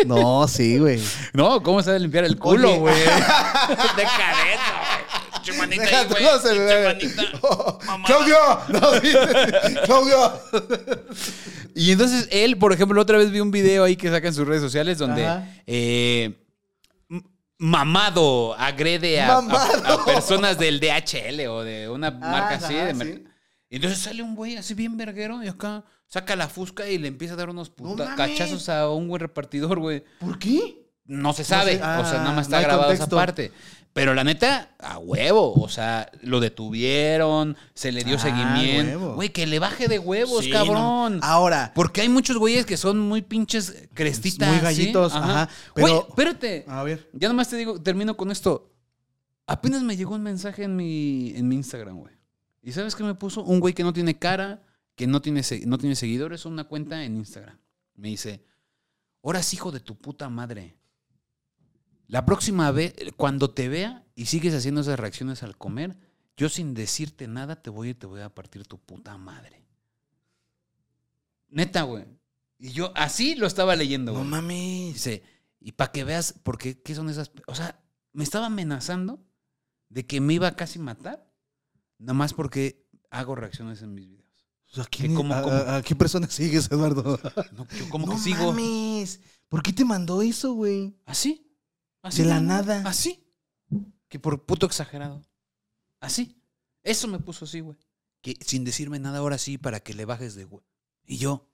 S2: No, sí, güey.
S1: No, ¿cómo se debe limpiar el culo,
S2: Oye.
S1: güey? De cabeza, güey. Chumanita
S2: Deja
S1: ahí,
S2: tú
S1: güey.
S2: los celulares.
S1: Chumanita.
S2: Oh,
S1: Mamada.
S2: ¡Claudio! No, sí, sí. ¡Claudio!
S1: Y entonces él, por ejemplo, otra vez vi un video ahí que sacan sus redes sociales donde
S2: Ajá.
S1: eh, m- mamado agrede a, a-
S2: Mamado. Ah,
S1: a personas del DHL o de una marca así.
S2: Ajá,
S1: de mer-
S2: sí.
S1: Y entonces sale un güey así bien verguero y acá saca la fusca y le empieza a dar unos puta-
S2: mames.
S1: cachazos a un güey repartidor, güey.
S2: ¿Por qué?
S1: No se sabe,
S2: sé, ah,
S1: o sea, nada más
S2: no
S1: está
S2: hay
S1: grabado
S2: contexto.
S1: esa parte. Pero la neta, a huevo, o sea, lo detuvieron, se le dio
S2: Ah,
S1: seguimiento.
S2: huevo.
S1: Güey, que le baje de huevos,
S2: Sí,
S1: cabrón.
S2: no. Ah. Ahora,
S1: Porque hay muchos güeyes que son muy pinches crestitas.
S2: Muy
S1: ¿sí?
S2: gallitos, ajá,
S1: Güey,
S2: pero-
S1: espérate.
S2: a ver.
S1: Ya nomás te digo, termino con esto. Apenas me llegó un mensaje en mi, en mi Instagram, güey. ¿Y sabes qué me puso? Un güey que no tiene cara, que no tiene, se- no tiene seguidores, una cuenta en Instagram. Me dice, ahora es hijo de tu puta madre. La próxima vez, cuando te vea y sigues haciendo esas reacciones al comer, yo sin decirte nada te voy y te voy a partir tu puta madre. Neta, güey. Y yo así lo estaba leyendo,
S2: No
S1: güey.
S2: mames.
S1: Dice, y para que veas, porque qué son esas. pe- O sea, me estaba amenazando de que me iba a casi matar, nada más porque hago reacciones en mis videos.
S2: ¿A quién-
S1: ¿Qué, cómo,
S2: a-
S1: cómo?
S2: a- a qué persona sigues, Eduardo?
S1: No, yo como
S2: no
S1: que sigo
S2: mames. ¿Por qué te mandó eso, güey?
S1: así, así.
S2: De la nada.
S1: Así. Que por puto exagerado. Así. Eso me puso así, güey. Que sin decirme nada ahora sí para que le bajes de güey. Y yo.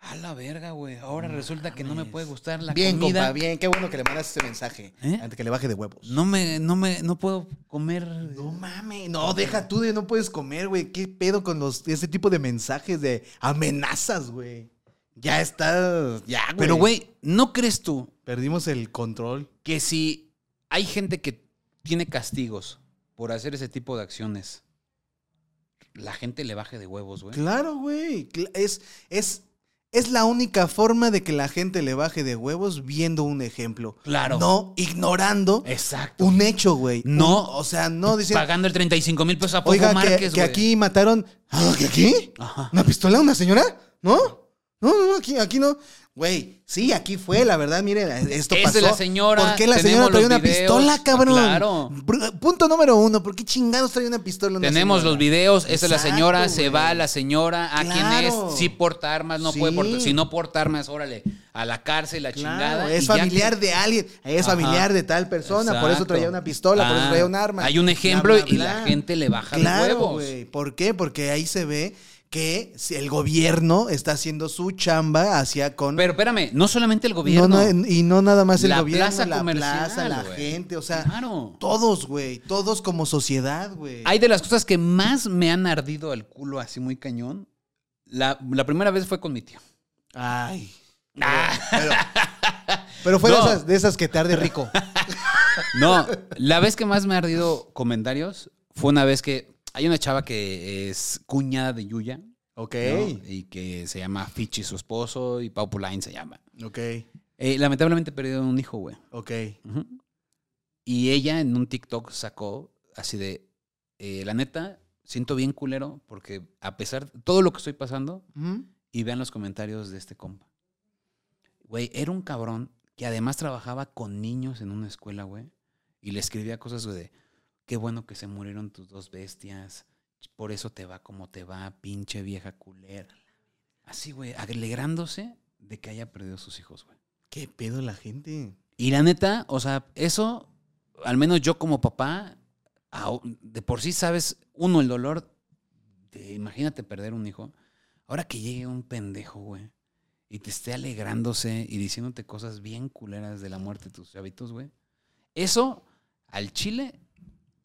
S1: A la verga, güey. Ahora
S2: No
S1: resulta que no me
S2: mames.
S1: puede gustar la
S2: bien,
S1: comida.
S2: compa, bien. Qué bueno que le mandas ese mensaje.
S1: ¿Eh?
S2: Antes que le baje de huevos.
S1: No me, no me, no puedo comer.
S2: No mames, no, deja tú de no puedes comer, güey. ¿Qué pedo con los ese tipo de mensajes de amenazas, güey? Ya está, ya, güey.
S1: Pero, güey, ¿no crees tú
S2: Perdimos el control.
S1: que si hay gente que tiene castigos por hacer ese tipo de acciones, la gente le baje de huevos, güey?
S2: Claro, güey. cl- Es, es, es la única forma de que la gente le baje de huevos viendo un ejemplo.
S1: Claro.
S2: No ignorando
S1: Exacto.
S2: un hecho, güey.
S1: No.
S2: Un- o sea, no diciendo,
S1: Pagando el 35 mil pesos a Poco
S2: oiga, que-
S1: Márquez,
S2: que,
S1: güey.
S2: aquí mataron. Ah, ¿que aquí?
S1: Ajá.
S2: ¿Una pistola? ¿Una señora? ¿No? No, no, no, aquí, aquí no. Güey, sí, aquí fue, la verdad, mire, esto
S1: Es
S2: pasó.
S1: de la señora,
S2: ¿Por qué la
S1: tenemos
S2: señora trae
S1: los
S2: una
S1: videos, Ah,
S2: pistola, cabrón?
S1: claro.
S2: Br- Punto número uno, ¿por qué chingados trae una pistola? una
S1: Tenemos
S2: señora?
S1: los videos, esa es la
S2: Exacto,
S1: señora, se
S2: güey.
S1: va la señora, a
S2: Claro.
S1: quién es, si porta armas, no puede
S2: Sí.
S1: portar, si no porta armas, órale, a la cárcel, la
S2: Claro,
S1: chingada.
S2: es
S1: y ya
S2: familiar
S1: que-
S2: de alguien, es
S1: Ajá.
S2: familiar de tal persona, por eso
S1: Exacto.
S2: traía una pistola, por eso
S1: Ah,
S2: traía un arma.
S1: Hay un ejemplo
S2: Bla, bla,
S1: y la
S2: bla.
S1: gente le baja de
S2: Claro,
S1: huevos.
S2: güey. ¿Por qué? Porque ahí se ve que si el gobierno está haciendo su chamba hacia con
S1: Pero espérame, no solamente el gobierno.
S2: No, no, y no nada más el
S1: La
S2: gobierno,
S1: plaza
S2: la
S1: comercial,
S2: plaza, la
S1: güey.
S2: gente, o sea,
S1: Claro.
S2: todos, güey, todos como sociedad, güey.
S1: Hay de las cosas que más me han ardido el culo así muy cañón. La, la primera vez fue con mi tío.
S2: Ay.
S1: Ah,
S2: Pero, pero fue de,
S1: No.
S2: esas, de esas que tarde rico.
S1: No, la vez que más me ha ardido comentarios fue una vez que hay una chava que es cuñada de Yuya. ¿no?
S2: Ok,
S1: Y que se llama Fichi, su esposo, y Pau Pulain se llama.
S2: ok,
S1: Eh, lamentablemente perdió un hijo, güey.
S2: ok.
S1: Ujú. Y ella en un TikTok sacó así de, eh, la neta, siento bien culero porque a pesar de todo lo que estoy pasando, y vean los comentarios de este compa. Güey, era un cabrón que además trabajaba con niños en una escuela, güey, y le escribía cosas de, qué bueno que se murieron tus dos bestias, por eso te va como te va, pinche vieja culera. Así, güey, alegrándose de que haya perdido a sus hijos, güey.
S2: ¿Qué pedo la gente?
S1: Y la neta, o sea, eso, al menos yo como papá, au- de por sí sabes, uno, el dolor de, imagínate perder un hijo. Ahora que llegue un pendejo, güey, y te esté alegrándose y diciéndote cosas bien culeras de la muerte de tus chavitos, güey. Eso, al chile,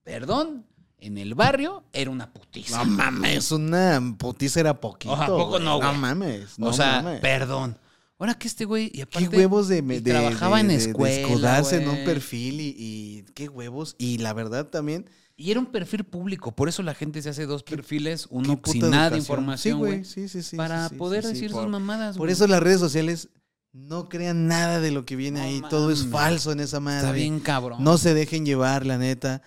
S1: perdón, en el barrio era una putiza.
S2: No mames, una putiza era poquito.
S1: O sea, ¿a poco no,
S2: No
S1: güey?
S2: mames, no
S1: o sea,
S2: mames.
S1: perdón. Ahora que este güey, y
S2: Qué
S1: aparte,
S2: huevos de,
S1: y
S2: de,
S1: trabajaba
S2: de-
S1: en
S2: de- de
S1: escuela,
S2: escudarse en
S1: güey.
S2: un perfil y, y qué huevos. Y la verdad también,
S1: Y era un perfil público, por eso la gente se hace dos perfiles, uno
S2: qué
S1: sin
S2: puta
S1: nada de
S2: educación.
S1: información,
S2: Sí,
S1: güey,
S2: Sí, sí, sí.
S1: para
S2: sí, sí,
S1: poder
S2: sí, sí,
S1: decir
S2: por-
S1: sus mamadas.
S2: Por
S1: güey.
S2: eso las redes sociales no crean nada de lo que viene
S1: No
S2: ahí. Todo es
S1: mames.
S2: falso en esa madre.
S1: está bien cabrón.
S2: No se dejen llevar, la neta.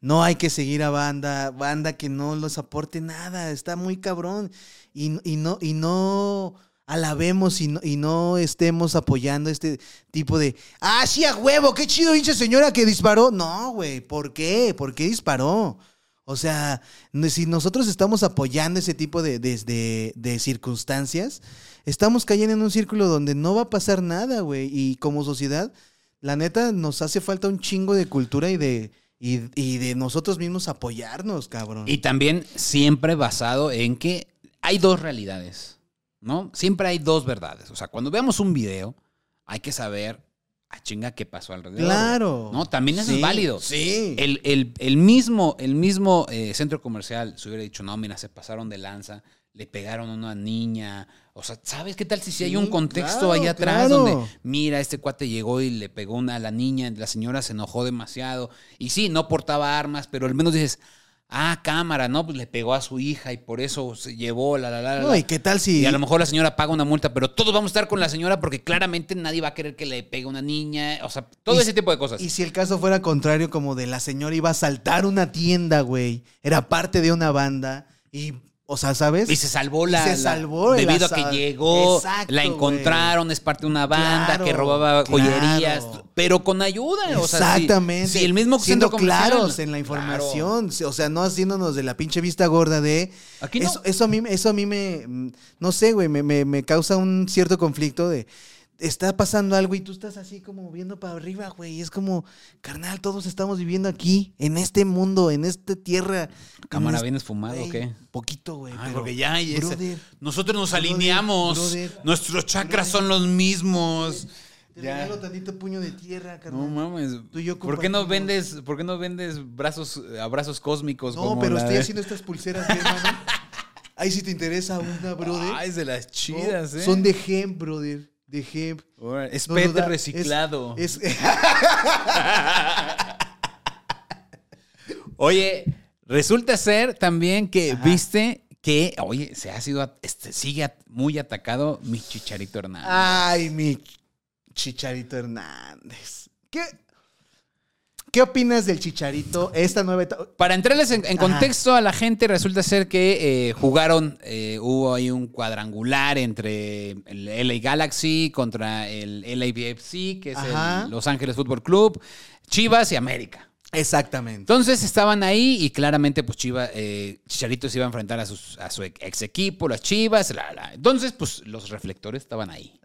S2: No hay que seguir a banda, banda que no los aporte nada, está muy cabrón. Y, y no, y no alabemos y no, y no estemos apoyando este tipo de, ah, sí, a huevo, qué chido pinche señora que disparó. No, güey, ¿por qué? ¿Por qué disparó? O sea, no- si nosotros estamos apoyando ese tipo de, de- de- de circunstancias, estamos cayendo en un círculo donde no va a pasar nada, güey. Y como sociedad, la neta, nos hace falta un chingo de cultura y de, y, y de nosotros mismos apoyarnos, cabrón.
S1: Y también siempre basado en que hay dos realidades, ¿no? Siempre hay dos verdades. O sea, cuando veamos un video, hay que saber a chinga qué pasó alrededor.
S2: claro.
S1: No, también eso es
S2: Sí,
S1: válido.
S2: Sí.
S1: El, el- el mismo, el mismo eh, centro comercial se hubiera dicho, no, mira, se pasaron de lanza, le pegaron a una niña. O sea, ¿sabes qué tal si, sí hay un
S2: Sí,
S1: contexto
S2: claro,
S1: ahí atrás
S2: claro.
S1: donde, mira, este cuate llegó y le pegó una a la niña, la señora se enojó demasiado. Y sí, no portaba armas, pero al menos dices, ah, cámara, no, pues le pegó a su hija y por eso se llevó, la, la, la. la,
S2: No, ¿y qué tal si...
S1: y a lo mejor la señora paga una multa, pero todos vamos a estar con la señora porque claramente nadie va a querer que le pegue a una niña. O sea, todo
S2: Y-
S1: ese tipo de cosas.
S2: Y si el caso fuera contrario, como de la señora iba a saltar una tienda, güey. Era parte de una banda. Y, o sea, ¿sabes?
S1: Y se salvó la.
S2: se
S1: la-
S2: salvó el
S1: Debido a
S2: azar.
S1: que llegó,
S2: Exacto,
S1: la
S2: güey.
S1: encontraron, es parte de una banda
S2: Claro,
S1: que robaba joyerías,
S2: claro.
S1: pero con ayuda. o sea, si-
S2: Exactamente.
S1: si, el mismo
S2: siendo
S1: centro comercial-
S2: claros en
S1: Claro.
S2: la información, o sea, no haciéndonos de la pinche vista gorda de
S1: Aquí no.
S2: eso, eso a mí eso a mí me mm, no sé, güey, me, me- me causa un cierto conflicto de está pasando algo y tú estás así como viendo para arriba, güey, y es como, carnal, todos estamos viviendo aquí en este mundo, en esta tierra.
S1: Cámara,
S2: bien
S1: ¿vienes fumado o qué?
S2: Poquito, güey,
S1: Ay,
S2: pero-
S1: porque ya hay esa-
S2: brother,
S1: Nosotros nos
S2: Brother,
S1: alineamos.
S2: brother,
S1: nuestros chakras son los mismos.
S2: te
S1: Ya.
S2: regalo tantito puño de tierra, carnal.
S1: No mames.
S2: Tú y yo
S1: ¿Por qué no
S2: compartimos.
S1: vendes, por qué no vendes brazos, eh, abrazos cósmicos?
S2: No,
S1: como
S2: pero
S1: la
S2: estoy
S1: de-
S2: haciendo estas pulseras de mano. Ahí si te interesa una, brother.
S1: Ay, es de las
S2: ¿no?
S1: chidas, eh.
S2: Son de hemp, brother. De hemp.
S1: Órale, Es
S2: No,
S1: PET
S2: no da-
S1: reciclado.
S2: es- es-
S1: Oye, resulta ser también que viste que, oye, se ha sido, at- este, sigue at- muy atacado mi chicharito Hernández.
S2: Ay, mi Chicharito Hernández. ¿Qué, ¿Qué opinas del Chicharito? Esta nueva etapa.
S1: Para entrarles en, en
S2: Ajá.
S1: contexto a la gente, resulta ser que eh, jugaron, eh, hubo ahí un cuadrangular entre el LA Galaxy contra el LABFC, que es
S2: Ajá.
S1: el Los Ángeles Fútbol Club, Chivas y América.
S2: Exactamente.
S1: Entonces estaban ahí y claramente pues Chivas, eh, Chicharito se iba a enfrentar a, sus- a su ex equipo, las Chivas, la, la. Entonces pues los reflectores estaban ahí.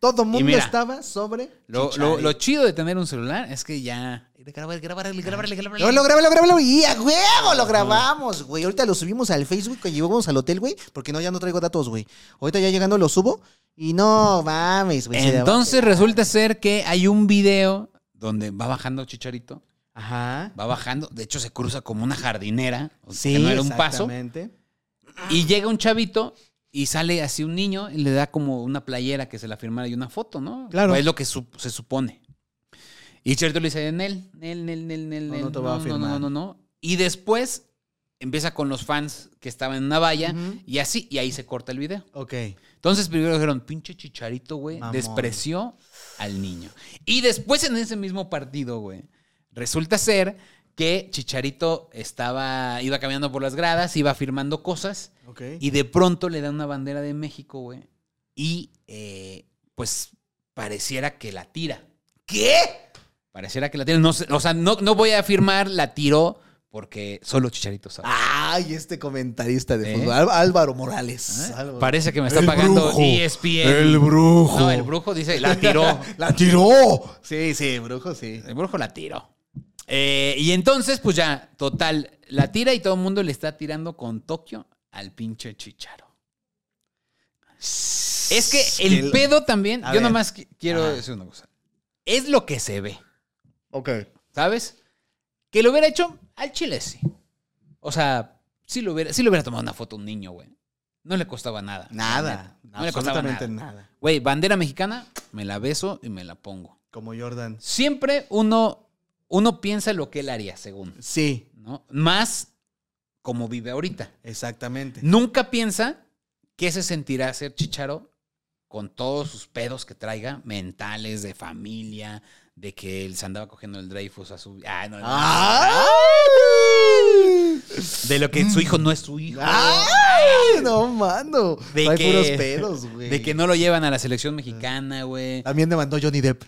S2: Todo mundo
S1: mira,
S2: estaba sobre.
S1: Lo,
S2: Chicharito.
S1: lo- lo chido de tener un celular es que ya... Grabar, grabar, grabar, grabar.
S2: Grábalo, grábalo, grábalo. Y a huevo lo grabamos, güey. Ahorita lo subimos al Facebook cuando llegamos al hotel, güey. Porque no, ya no traigo datos, güey. Ahorita ya llegando lo subo. Y no mames, güey. se
S1: Entonces
S2: la va a quedar.
S1: resulta ser que hay un video donde va bajando Chicharito,
S2: Ajá.
S1: va bajando, de hecho se cruza como una jardinera, o sea,
S2: Sí,
S1: que no era un paso,
S2: exactamente.
S1: y llega un chavito y sale así un niño y le da como una playera que se la firmara y una foto, ¿no?
S2: Claro.
S1: Es lo que su- se supone. Y Chicharito le dice, Nel, Nel, Nel, Nel, Nel,
S2: No,
S1: Nel,
S2: no te voy a
S1: no,
S2: firmar.
S1: no, no, no. Y después empieza con los fans que estaban en una valla
S2: Ujú.
S1: y así, y ahí se corta el video.
S2: Ok.
S1: Entonces primero dijeron, pinche chicharito, güey,
S2: Mamón.
S1: despreció al niño. Y después en ese mismo partido, güey, resulta ser que Chicharito estaba, iba caminando por las gradas, iba firmando cosas
S2: Ok.
S1: y de pronto le dan una bandera de México, güey. Y eh, pues pareciera que la tira.
S2: ¿Qué?
S1: Pareciera que la tira. No sé, o sea, no, no voy a afirmar, la tiró porque solo Chicharito sabe.
S2: Ay, este comentarista de
S1: ¿Eh?
S2: fútbol. Al- Álvaro Morales.
S1: ¿Eh?
S2: Álvaro.
S1: Parece que me está
S2: El
S1: pagando E
S2: brujo.
S1: ESPN.
S2: El brujo.
S1: No, el brujo dice, la tiró.
S2: ¡La tiró! Sí, sí, brujo, sí.
S1: El brujo la tiró. Eh, y entonces, pues ya, total, la tira y todo el mundo le está tirando con Tokio al pinche Chicharo. Es que el
S2: pedo.
S1: pedo también,
S2: A
S1: yo
S2: ver.
S1: nomás qui- quiero
S2: Ajá.
S1: decir una cosa. Es lo que se ve,
S2: Ok.
S1: ¿sabes? Que lo hubiera hecho al chile, sí. O sea, si lo hubiera, sí le hubiera tomado una foto a un niño, güey. No le costaba nada.
S2: Nada.
S1: la neta. No le costaba
S2: absolutamente
S1: nada.
S2: nada.
S1: Güey, bandera mexicana, me la beso y me la pongo.
S2: Como Jordan.
S1: Siempre uno, uno piensa lo que él haría, según.
S2: Sí,
S1: ¿no? Más como vive ahorita.
S2: exactamente.
S1: Nunca piensa qué se sentirá ser chicharo con todos sus pedos que traiga, mentales, de familia, de que él se andaba cogiendo el Dreyfus a su... Ah, no, no.
S2: ¡Ah!
S4: De lo que su hijo no es su hijo.
S2: Ah. ¡Ay! No, mano.
S4: De
S2: Hay
S4: que-
S2: puros pedos, güey.
S1: De que no lo llevan a la
S2: Ah.
S1: selección mexicana, güey.
S2: También demandó Johnny Depp.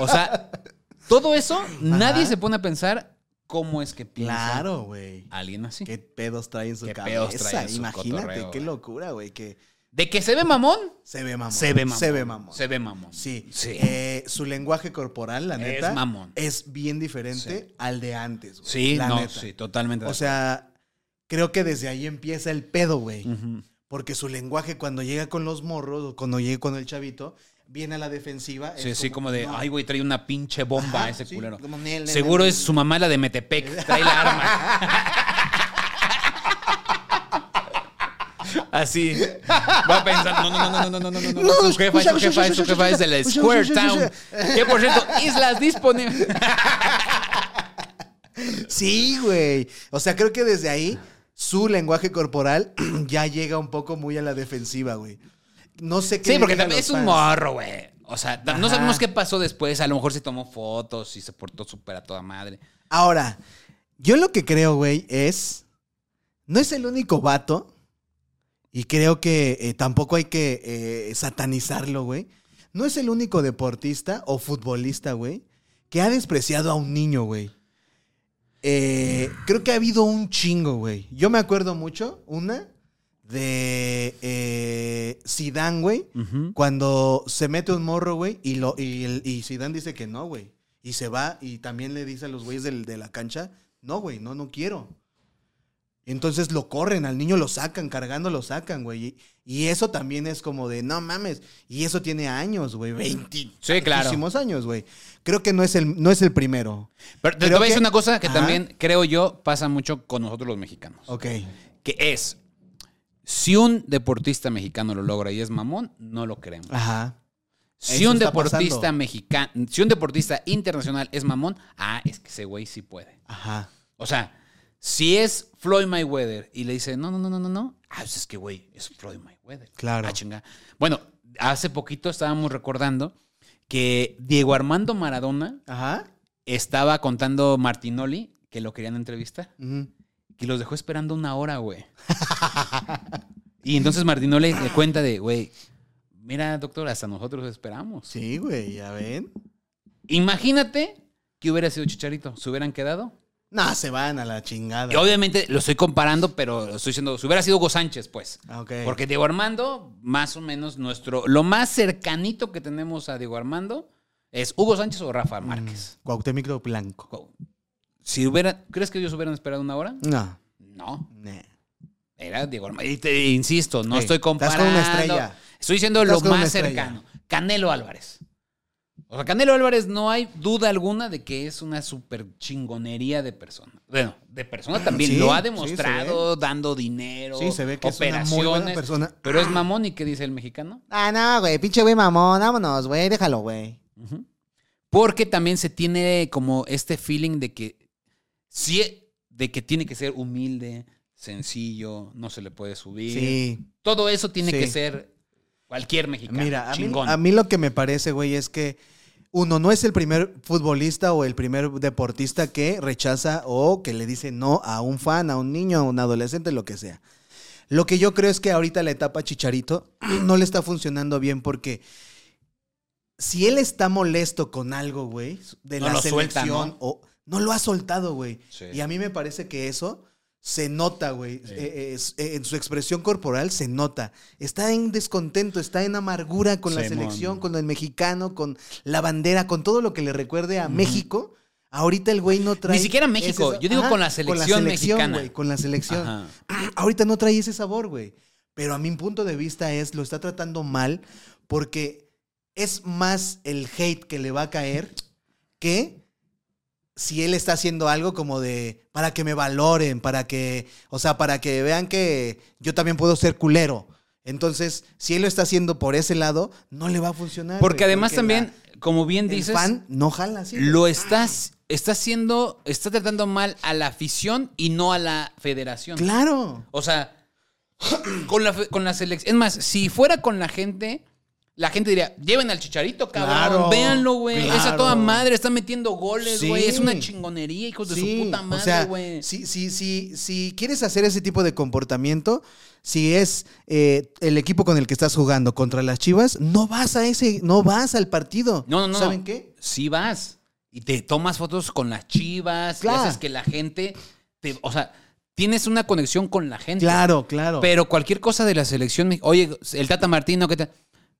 S1: O sea, todo eso, nadie se pone a pensar cómo es que piensa
S2: Claro, güey.
S1: alguien así.
S2: Qué pedos trae en su
S1: Qué pedos
S2: cabeza.
S1: trae en su
S2: Imagínate,
S1: cotorreo,
S2: qué
S1: güey.
S2: locura, güey. Que
S1: De que se ve mamón,
S2: se ve mamón.
S1: se ve mamón.
S2: Se ve mamón.
S1: Se ve mamón.
S2: Sí.
S1: Sí.
S2: Eh, su lenguaje corporal, la
S1: Es
S2: neta.
S1: mamón.
S2: Es bien diferente al de antes, güey.
S1: Sí,
S2: la
S1: no,
S2: neta.
S1: sí, totalmente. de
S2: O sea, creo que desde ahí empieza el pedo, güey.
S1: acuerdo. Ujú.
S2: Porque su lenguaje cuando llega con los morros, o cuando llega con el chavito, viene a la defensiva.
S1: Sí,
S2: es
S1: sí, como de,
S2: no.
S1: ay, güey, trae una pinche bomba
S2: Ajá,
S1: ese
S2: sí,
S1: culero.
S2: como, "Nel, nel,
S1: Seguro
S2: nel".
S1: es su mamá la de Metepec, trae la arma. Así. Va a pensar, no, no, no, no, no, no, no, no, no,
S2: No,
S1: su jefa,
S2: escucha,
S1: su jefa,
S2: escucha,
S1: su jefa es de la
S2: escucha,
S1: Square
S2: escucha,
S1: Town.
S2: escucha.
S1: Que por cierto, islas disponibles.
S2: Sí, güey. O sea, creo que desde ahí su lenguaje corporal ya llega un poco muy a la defensiva, güey. No sé qué.
S1: Sí,
S2: le
S1: porque
S2: llega a
S1: también
S2: los
S1: es un
S2: fans.
S1: morro, güey. O sea, tam- no
S2: Ajá.
S1: sabemos qué pasó después. A lo mejor se tomó fotos y se portó súper a toda madre.
S2: Ahora, yo lo que creo, güey, es. No es el único vato. Y creo que eh, tampoco hay que eh, satanizarlo, güey. No es el único deportista o futbolista, güey, que ha despreciado a un niño, güey. Eh, creo que ha habido un chingo, güey. Yo me acuerdo mucho, una, de eh, Zidane, güey, cuando se mete un morro, güey, y, lo, y, el- y Zidane dice que no, güey. Y se va y también le dice a los güeyes del- de la cancha, no, güey, no, no quiero. Entonces lo corren, al niño lo sacan, cargando lo sacan, güey. Y, y eso también es como de, no mames. Y eso tiene años, güey, 20.
S1: Sí, claro.
S2: muchísimos años, güey. Creo que no es el, no es el primero.
S1: Pero te, te
S2: Creo
S1: voy a decir
S2: que-
S1: una cosa que
S2: Ajá.
S1: también creo yo pasa mucho con nosotros los mexicanos.
S2: Ok.
S1: que es si un deportista mexicano lo logra y es mamón, no lo queremos.
S2: Ajá.
S1: Si
S2: Ah, eso
S1: un
S2: está
S1: deportista
S2: pasando.
S1: mexicano, si un deportista internacional es mamón, ah, es que ese güey sí puede.
S2: Ajá.
S1: O sea, si es Floyd Mayweather y le dice, "No, no, no, no, no, no." Ah, pues es que güey, es Floyd Mayweather.
S2: Claro.
S1: Ah, chinga. Bueno, hace poquito estábamos recordando que Diego Armando Maradona
S2: Ajá.
S1: estaba contando Martinoli que lo querían entrevistar.
S2: Ujú.
S1: Y los dejó esperando una hora, güey. y entonces Martino le, le cuenta de, güey, mira, doctor, hasta nosotros esperamos.
S2: Sí, güey, ya ven.
S1: Imagínate que hubiera sido Chicharito, se hubieran quedado.
S2: No, se van a la chingada.
S1: Y obviamente lo estoy comparando, pero lo estoy diciendo, si hubiera sido Hugo Sánchez, pues.
S2: Ah, ok.
S1: Porque Diego Armando, más o menos nuestro, lo más cercanito que tenemos a Diego Armando es Hugo Sánchez o
S2: Mm.
S1: Rafa Mm. Márquez.
S2: Cuauhtémoc Blanco.
S1: Si hubiera, ¿crees que ellos hubieran esperado una hora?
S2: No.
S1: No.
S2: Nah.
S1: Era Diego Armando. Y te insisto, no
S2: Sí,
S1: estoy
S2: estás con una
S1: comparando.
S2: estrella.
S1: Estoy diciendo
S2: Estás
S1: lo
S2: con una
S1: más
S2: estrella.
S1: cercano. Canelo Álvarez. O sea, Canelo Álvarez no hay duda alguna de que es una super chingonería de persona. Bueno, de persona también.
S2: Sí,
S1: lo ha
S2: sí,
S1: demostrado dando dinero,
S2: Sí, se ve que es una
S1: operaciones.
S2: muy buena persona.
S1: Pero es mamón y ¿qué dice el mexicano?
S3: Ah, no, güey, pinche güey mamón, vámonos, güey, déjalo, güey.
S1: Porque también se tiene como este feeling de que sí, de que tiene que ser humilde, sencillo, no se le puede subir.
S2: Sí.
S1: Todo eso tiene
S2: Sí.
S1: que ser cualquier mexicano.
S2: Mira, a mí,
S1: chingón.
S2: a mí lo que me parece, güey, es que uno no es el primer futbolista o el primer deportista que rechaza o que le dice no a un fan, a un niño, a un adolescente, lo que sea. Lo que yo creo es que ahorita la etapa Chicharito no le está funcionando bien porque si él está molesto con algo, güey, de
S1: No
S2: la
S1: lo suelta,
S2: selección
S1: ¿no?
S2: o no lo ha soltado, güey.
S1: Sí.
S2: Y a mí me parece que eso se nota, güey. Eh, eh, es- eh, en su expresión corporal se nota. Está en descontento, está en amargura con la
S1: Simón.
S2: selección, con el mexicano, con la bandera, con todo lo que le recuerde a México. Ahorita el güey no trae.
S1: siquiera México,
S2: ese-
S1: yo digo con la selección mexicana.
S2: güey, con la selección.
S1: Ajá.
S2: Ahorita no trae ese sabor, güey. Pero a mi punto de vista es, lo está tratando mal porque es más el hate que le va a caer que si él está haciendo algo como de, para que me valoren, para que, o sea, para que vean que yo también puedo ser culero. Entonces, si él lo está haciendo por ese lado, no le va a funcionar.
S1: Porque
S2: güey,
S1: además
S2: la-
S1: también, como bien
S2: el
S1: dices,
S2: fan no jala así.
S1: lo estás, está haciendo, está tratando mal a la afición y no a la federación.
S2: Claro.
S1: O sea, con la, fe- con la selección. Es más, si fuera con la gente, la gente diría, lleven al chicharito, cabrón.
S2: Claro,
S1: Véanlo, güey. Esa
S2: claro.
S1: toda madre, está metiendo goles,
S2: Sí.
S1: güey. Es una chingonería, hijos de su puta
S2: o sea,
S1: madre, güey.
S2: si, si, si, si quieres hacer ese tipo de comportamiento, si es eh, el equipo con el que estás jugando contra las Chivas, no vas a ese, no vas al partido.
S1: No, no, no.
S2: ¿Saben qué?
S1: Sí vas y te tomas fotos con las chivas,
S2: Claro.
S1: y haces que la gente te, o sea, tienes una conexión con la gente.
S2: Claro, claro.
S1: Pero cualquier cosa de la selección, me- oye, el Tata Martino, ¿qué tal?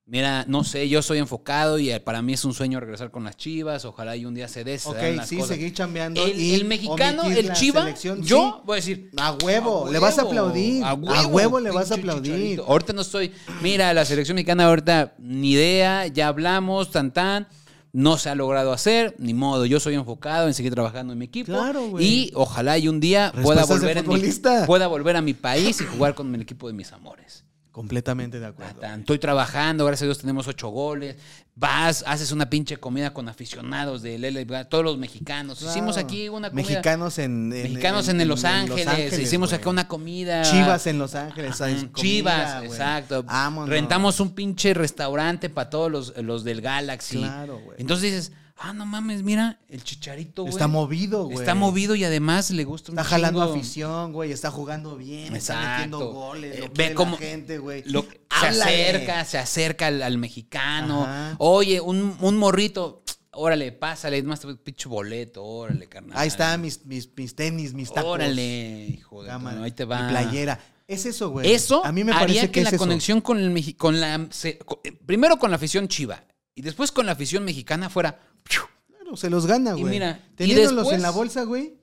S1: Mira, no sé, yo soy enfocado y eh, para mí es un sueño regresar con las chivas. Ojalá y un día se dé. se
S2: ok,
S1: dan las
S2: sí,
S1: cosas.
S2: seguir chambeando.
S1: El,
S2: y
S1: el mexicano,
S2: omitir
S1: el
S2: la
S1: chiva,
S2: selección,
S1: yo
S2: sí.
S1: voy a decir.
S2: A huevo, le vas a
S1: huevo,
S2: aplaudir. A huevo, le vas a
S1: pinche
S2: aplaudir.
S1: chicharito. Ahorita no estoy. Mira, la selección mexicana ahorita ni idea, ya hablamos, tan tan. No se ha logrado hacer, ni modo. Yo soy enfocado en seguir trabajando en mi equipo.
S2: Claro, güey.
S1: y ojalá y un día pueda
S2: Respuestas de
S1: volver, en mi-
S2: futbolista.
S1: pueda volver a mi país y jugar con el equipo de mis amores.
S2: Completamente de acuerdo.
S1: Tan, Estoy trabajando, gracias a Dios tenemos ocho goles. Vas, haces una pinche comida con aficionados del LLB, todos los mexicanos. Hicimos
S2: Claro.
S1: aquí una comida.
S2: Mexicanos en, en-
S1: Mexicanos en, el Los Ángeles, hicimos
S2: güey.
S1: acá una comida.
S2: Chivas en Los Ángeles. ¿sabes?
S1: Ajá,
S2: Comida,
S1: Mm, Chivas,
S2: güey.
S1: exacto.
S2: Vámonos.
S1: Rentamos un pinche restaurante para todos los, los del Galaxy.
S2: Claro, güey.
S1: Entonces dices, ah, no mames, mira, el chicharito, güey.
S2: Está movido, güey.
S1: Está movido y además le gusta un
S2: Está jalando
S1: chingo.
S2: afición, güey. Está jugando bien. Está
S1: Exacto.
S2: metiendo goles.
S1: Eh,
S2: lo
S1: ve
S2: quiere la
S1: cómo-
S2: gente, güey.
S1: Lo- se
S2: Háblale.
S1: acerca, se acerca al, al mexicano.
S2: Ajá.
S1: Oye, un, un morrito, órale, pásale, es más pinche boleto, órale, carnal.
S2: Ahí está mis, mis, mis tenis, mis tacos.
S1: Órale, hijo de tu
S2: Cámara,
S1: madre, ahí te
S2: mi
S1: va.
S2: playera. Es eso, güey.
S1: Eso
S2: a mí me
S1: haría
S2: parece
S1: que, la
S2: es eso.
S1: conexión con el Meji- con la se- co- eh, primero con la afición chiva y después con la afición mexicana fuera ¡piu!
S2: Claro, se los gana,
S1: Y
S2: güey.
S1: mira, y
S2: Teniéndolos
S1: después-
S2: en la bolsa, güey,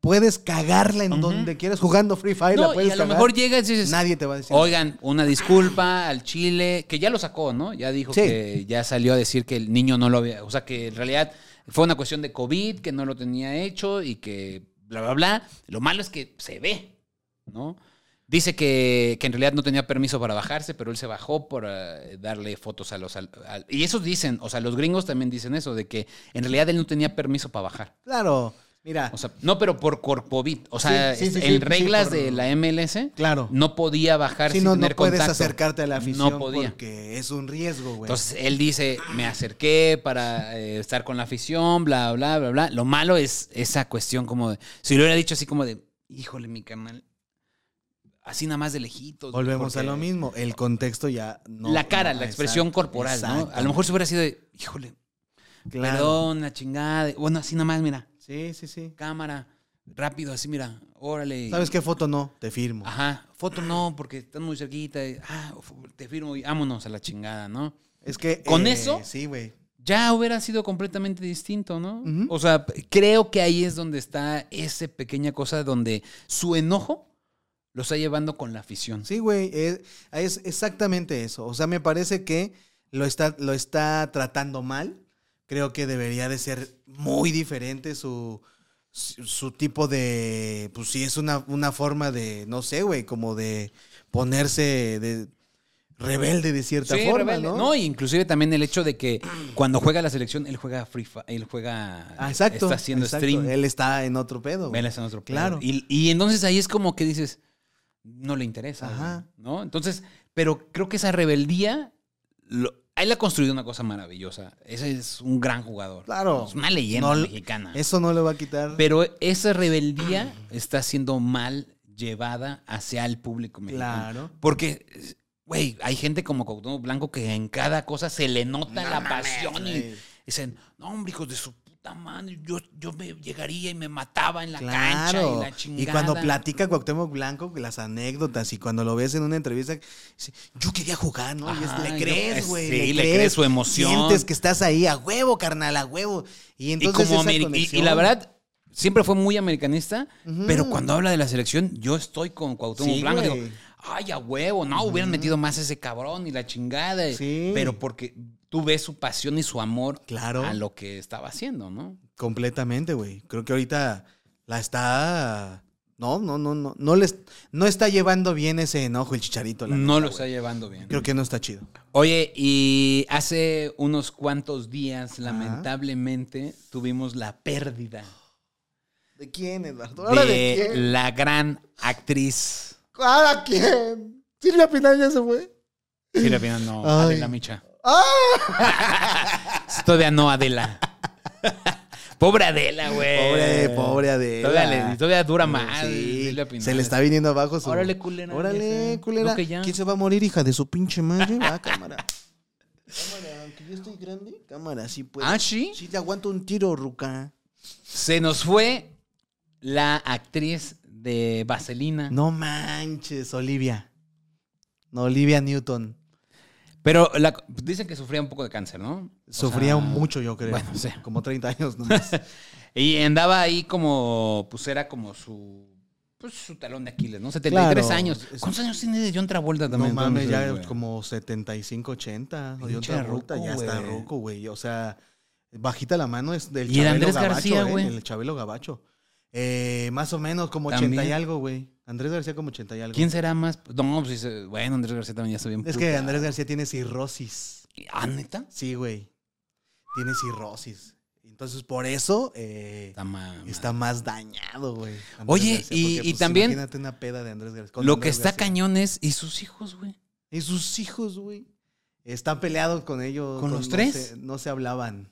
S2: puedes cagarla en donde quieras. Jugando Free Fire
S1: No,
S2: la
S1: y
S2: puedes
S1: a lo
S2: cagar.
S1: mejor llegas y dices,
S2: Nadie te va a decir.
S1: oigan, una disculpa al Chile, que ya lo sacó, ¿no? Ya dijo
S2: Sí.
S1: que ya salió a decir que el niño no lo había, o sea, que en realidad fue una cuestión de COVID, que no lo tenía hecho y que bla, bla, bla. Lo malo es que se ve, ¿no? Dice que, que en realidad no tenía permiso para bajarse, pero él se bajó por eh, darle fotos a los... al- al- y eso dicen, o sea, los gringos también dicen eso, de que en realidad él no tenía permiso para bajar.
S2: Claro, mira.
S1: O sea, no, pero por corpovit. O sea,
S2: Sí, sí, sí,
S1: en
S2: sí,
S1: reglas
S2: por-
S1: de la MLS,
S2: Claro.
S1: no podía bajar
S2: si
S1: sin
S2: no, no
S1: tener
S2: puedes
S1: contacto.
S2: acercarte a la afición
S1: No podía.
S2: porque es un riesgo, güey.
S1: Entonces él dice, me acerqué para eh, estar con la afición, bla, bla, bla, bla. Lo malo es esa cuestión como de, si lo hubiera dicho así como de, híjole, mi canal, así nada más de lejitos. güey,
S2: Volvemos a
S1: porque
S2: lo mismo. El contexto ya no.
S1: la cara,
S2: no,
S1: la expresión
S2: exacto,
S1: corporal, ¿no? A
S2: exacto.
S1: lo mejor se hubiera sido de, híjole,
S2: Claro.
S1: perdón, la chingada. Bueno, así nada más, mira,
S2: Sí, sí, sí.
S1: cámara, rápido, así, mira, órale.
S2: ¿Sabes qué foto no? Te firmo.
S1: Ajá, foto no, porque están muy cerquita. y, Ah, te firmo y vámonos a la chingada, ¿no?
S2: Es que. eh,
S1: ¿Con eso?
S2: Sí, güey.
S1: ya hubiera sido completamente distinto, ¿no?
S2: Ujú.
S1: O sea, p- creo que ahí es donde está esa pequeña cosa donde su enojo lo está llevando con la afición.
S2: Sí, güey. Es, es exactamente eso. O sea, me parece que lo está, lo está tratando mal. Creo que debería de ser muy diferente su, su, su tipo de. Pues sí, es una, una forma de. No sé, güey. Como de ponerse de rebelde de cierta
S1: Sí,
S2: forma,
S1: rebelde,
S2: ¿no?
S1: No, y inclusive también el hecho de que cuando juega la selección, él juega free Fi- él juega
S2: Ah, Exacto.
S1: está haciendo
S2: exacto.
S1: stream.
S2: Él está en otro pedo. güey.
S1: Vela está en otro pedo.
S2: Claro.
S1: Y, y entonces ahí es como que dices, no le interesa.
S2: Ajá.
S1: güey, ¿No? Entonces, pero creo que esa rebeldía, lo- a él ha construido una cosa maravillosa. Ese es un gran jugador.
S2: Claro.
S1: Es una leyenda
S2: No-
S1: mexicana.
S2: Eso no le va a quitar.
S1: Pero esa rebeldía está siendo mal llevada hacia el público mexicano.
S2: Claro.
S1: Porque, güey, hay gente como Cuauhtémoc Blanco que en cada cosa se le nota la pasión y
S2: güey.
S1: dicen, no, hombre, hijos de su puta madre, yo, yo me llegaría y me mataba en la cancha y
S2: Claro.
S1: la
S2: Y,
S1: chingada.
S2: cuando platica Cuauhtémoc Blanco las anécdotas y cuando lo ves en una entrevista, dice, yo quería jugar, ¿no? y es,
S1: Ajá,
S2: le
S1: yo-
S2: crees,
S1: sí,
S2: güey.
S1: le crees su emoción.
S2: Sientes que estás ahí a huevo, carnal, a huevo. Y
S1: y,
S2: entonces
S1: como
S2: esa
S1: ameri- y- y,
S2: conexión-
S1: la verdad, siempre fue muy americanista, pero cuando habla de la selección, yo estoy con Cuauhtémoc
S2: Sí,
S1: Blanco. Digo,
S2: güey.
S1: ay, a huevo, no, hubieran metido más a ese cabrón y la chingada.
S2: Sí.
S1: Pero porque tú ves su pasión y su amor
S2: Claro.
S1: a lo que estaba haciendo, ¿no?
S2: Completamente, güey. Creo que ahorita la está. No, no, no, no. No, les... no está llevando bien ese enojo el chicharito. la
S1: No
S2: neta,
S1: lo
S2: güey.
S1: está llevando bien.
S2: Creo que no está chido.
S1: Oye, y hace unos cuantos días, lamentablemente, tuvimos la pérdida
S2: ¿De quién, Eduardo?
S1: de, la gran actriz.
S3: ¿Ahora quién? Silvia Pinal ya se fue.
S1: Sí, la verdad, no,
S3: Ay.
S1: Adela Micha.
S2: Ah.
S1: Todavía no, Adela. Pobre Adela, güey.
S2: Pobre, pobre Adela.
S1: Eh, Todavía, le- todavía dura más.
S2: Sí,
S1: dile a Pinal.
S2: se le está viniendo abajo su...
S1: Órale, culera, ya
S2: Órale,
S1: sé.
S2: culera.
S1: No, que ya.
S2: ¿Quién se va a morir, hija de su pinche madre? Va, cámara. Cámara, aunque yo estoy grande. Cámara, sí puedo.
S1: Ah, sí.
S2: Sí te aguanto un tiro, ruca.
S1: Se nos fue la actriz de Vaselina.
S2: No manches, Olivia. No, Olivia Newton.
S1: Pero la- dicen que sufría un poco de cáncer, ¿no? O
S2: Sufría
S1: sea,
S2: mucho, yo creo.
S1: bueno, sí.
S2: Como 30 años nomás.
S1: Y andaba ahí como, pues era como su, pues, su talón de Aquiles, ¿no? 73
S2: Claro.
S1: años.
S2: Es-
S1: ¿Cuántos años tiene de John Travolta
S2: No
S1: también?
S2: mames, ya
S1: Entonces, güey.
S2: como 75, 80. Yo
S1: Pinche ruco,
S2: ya está
S1: güey.
S2: roco, güey. O sea, bajita la mano es del
S1: Y el Andrés García,
S2: eh,
S1: güey.
S2: El Chabelo Gabacho. Eh, más o menos como 80 y
S1: También.
S2: algo, güey. Andrés García como 80 y algo.
S1: ¿Quién será más? No, pues dice, bueno, Andrés García también ya está bien.
S2: Es que Andrés García tiene cirrosis.
S1: puteado. ¿Ah, neta?
S2: Sí, güey. Tiene cirrosis. Entonces, por eso eh,
S1: Está ma-
S2: está más dañado, güey. Andrés pues,
S1: Oye, y- y también-
S2: Imagínate una peda de Andrés García. con
S1: Lo que
S2: Andrés
S1: está
S2: García.
S1: cañón es, ¿y sus hijos, güey?
S2: Y sus hijos, güey. Están peleados con ellos.
S1: ¿Con los
S2: no
S1: tres?
S2: se- no se hablaban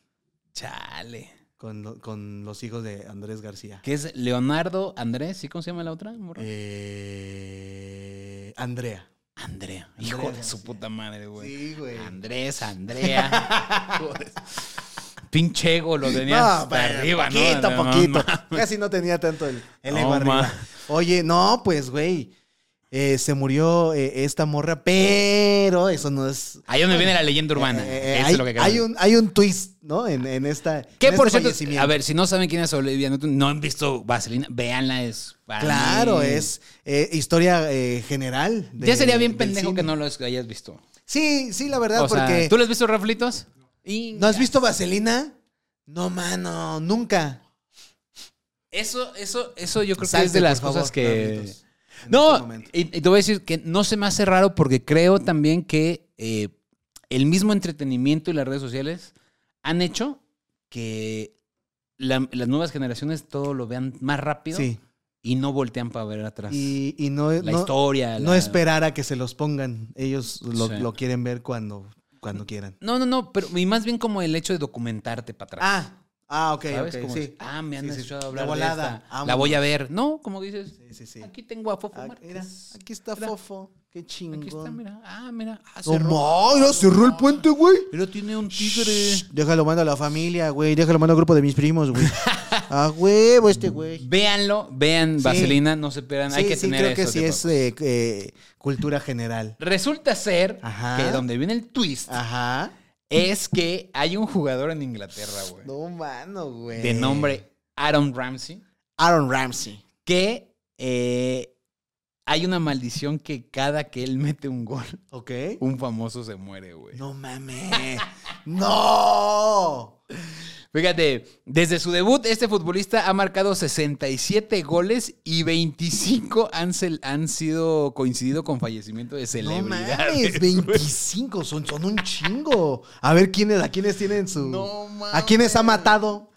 S1: Chale.
S2: con, lo- con los hijos de Andrés García.
S1: ¿Qué es Leonardo Andrés? ¿Sí cómo se llama la otra? morra?
S2: Eh, Andrea.
S1: Andrea.
S2: Andrea
S1: Hijo de
S2: García.
S1: su puta madre, güey.
S2: Sí, güey.
S1: Andrés, Andrea. Joder. Pinche ego lo tenía hasta
S2: pero
S1: arriba, ¿no?
S2: poquito,
S1: No,
S2: poquito.
S1: ma-
S2: Casi no tenía tanto el, el
S1: No,
S2: ego arriba.
S1: ma.
S2: Oye, no, pues, güey. eh, se murió eh, esta morra, pero eso no es.
S1: Ahí donde viene la leyenda urbana.
S2: Eh, eh,
S1: Eso
S2: hay,
S1: es lo que acabas
S2: hay
S1: de-
S2: un, hay un twist, ¿no? En, en esta.
S1: Que
S2: en
S1: por
S2: este
S1: cierto,
S2: fallecimiento.
S1: a ver, si no saben quién es Olivia Newton, no han visto Vaselina, véanla, es. para
S2: Claro,
S1: mí-
S2: es eh, historia eh, general. de-
S1: ya sería bien
S2: del
S1: pendejo
S2: cine.
S1: que no lo hayas visto.
S2: Sí, sí, la verdad,
S1: O sea,
S2: porque.
S1: ¿Tú lo has visto, Raflitos? Y
S2: ¿No has visto Vaselina? No, mano, nunca.
S1: Eso, eso, eso yo creo que
S2: Salte,
S1: es de las
S2: por favor,
S1: cosas que.
S2: Carlitos, en este
S1: No,
S2: momento.
S1: y, y te voy a decir que no se me hace raro porque creo también que eh, el mismo entretenimiento y las redes sociales han hecho que la- las nuevas generaciones todo lo vean más rápido
S2: Sí.
S1: y no voltean para ver atrás.
S2: Y, y no,
S1: la
S2: no,
S1: historia.
S2: no
S1: la-
S2: esperar a que se los pongan. Ellos lo,
S1: Sí.
S2: lo quieren ver cuando, cuando quieran.
S1: No, no, no, pero y más bien como el hecho de documentarte para atrás.
S2: Ah, ah, ok,
S1: ¿Sabes?
S2: ok,
S1: Como,
S2: sí.
S1: Ah, me han
S2: Sí, sí.
S1: escuchado
S2: De
S1: hablar de
S2: volada,
S1: esta, La
S2: vámonos.
S1: voy a ver. No, como dices,
S2: Sí, sí, sí.
S1: aquí tengo a Fofo
S2: Ah,
S1: Márquez.
S2: mira, aquí está
S1: Mira.
S2: Fofo. Qué chingón.
S1: Aquí está, mira. Ah, mira. Ah,
S2: No,
S1: cerró.
S2: ma, mira, cerró el puente, güey.
S1: Pero tiene un
S2: Shh, Déjalo mando a la familia, güey. Déjalo mando al grupo de mis primos, güey. A huevo este güey.
S1: Véanlo, vean
S2: Sí.
S1: Vaselina, no se pierdan. Hay
S2: Sí,
S1: que
S2: sí,
S1: tener
S2: creo que
S1: eso
S2: sí
S1: de
S2: es
S1: todo.
S2: eh, eh, cultura general.
S1: Resulta ser
S2: Ajá.
S1: que donde viene el twist
S2: Ajá.
S1: es que hay un jugador en Inglaterra, güey.
S2: No, mano, güey.
S1: De nombre Aaron Ramsey.
S2: Aaron Ramsey.
S1: Que eh, hay una maldición que cada que él mete un gol,
S2: ¿Ok?
S1: un famoso se muere, güey.
S2: No mames. ¡No!
S1: Fíjate, desde su debut, este futbolista ha marcado 67 goles y 25 han, cel- han sido coincidido con fallecimiento de
S2: No
S1: celebridades.
S2: mames, 25, son, son un chingo. A ver quiénes, a quiénes tienen su.
S1: No mames.
S2: ¿A quiénes ha matado?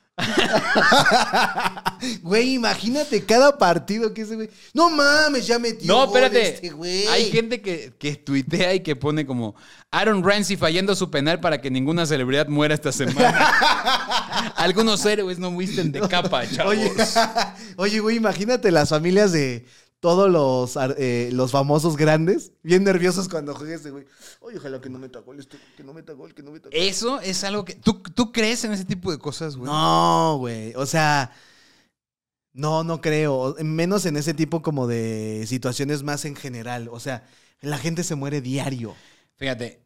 S2: güey, imagínate cada partido que ese güey. No mames, ya metió.
S1: No,
S2: gol
S1: espérate.
S2: este güey.
S1: Hay gente que, que tuitea y que pone como Aaron Ramsey fallando su penal para que ninguna celebridad muera esta semana. Algunos héroes no visten de capa, chavos.
S2: Oye, oye, güey, imagínate las familias de todos los, ar- eh, los famosos grandes, bien nerviosos cuando juegue ese güey. Oye, ojalá que no meta gol, este, que no meta gol, que no meta gol.
S1: Eso es algo que. ¿Tú, tú crees en ese tipo de cosas, güey?
S2: No, güey. O sea, no, no creo. Menos en ese tipo como de situaciones más en general. O sea, la gente se muere diario.
S1: Fíjate,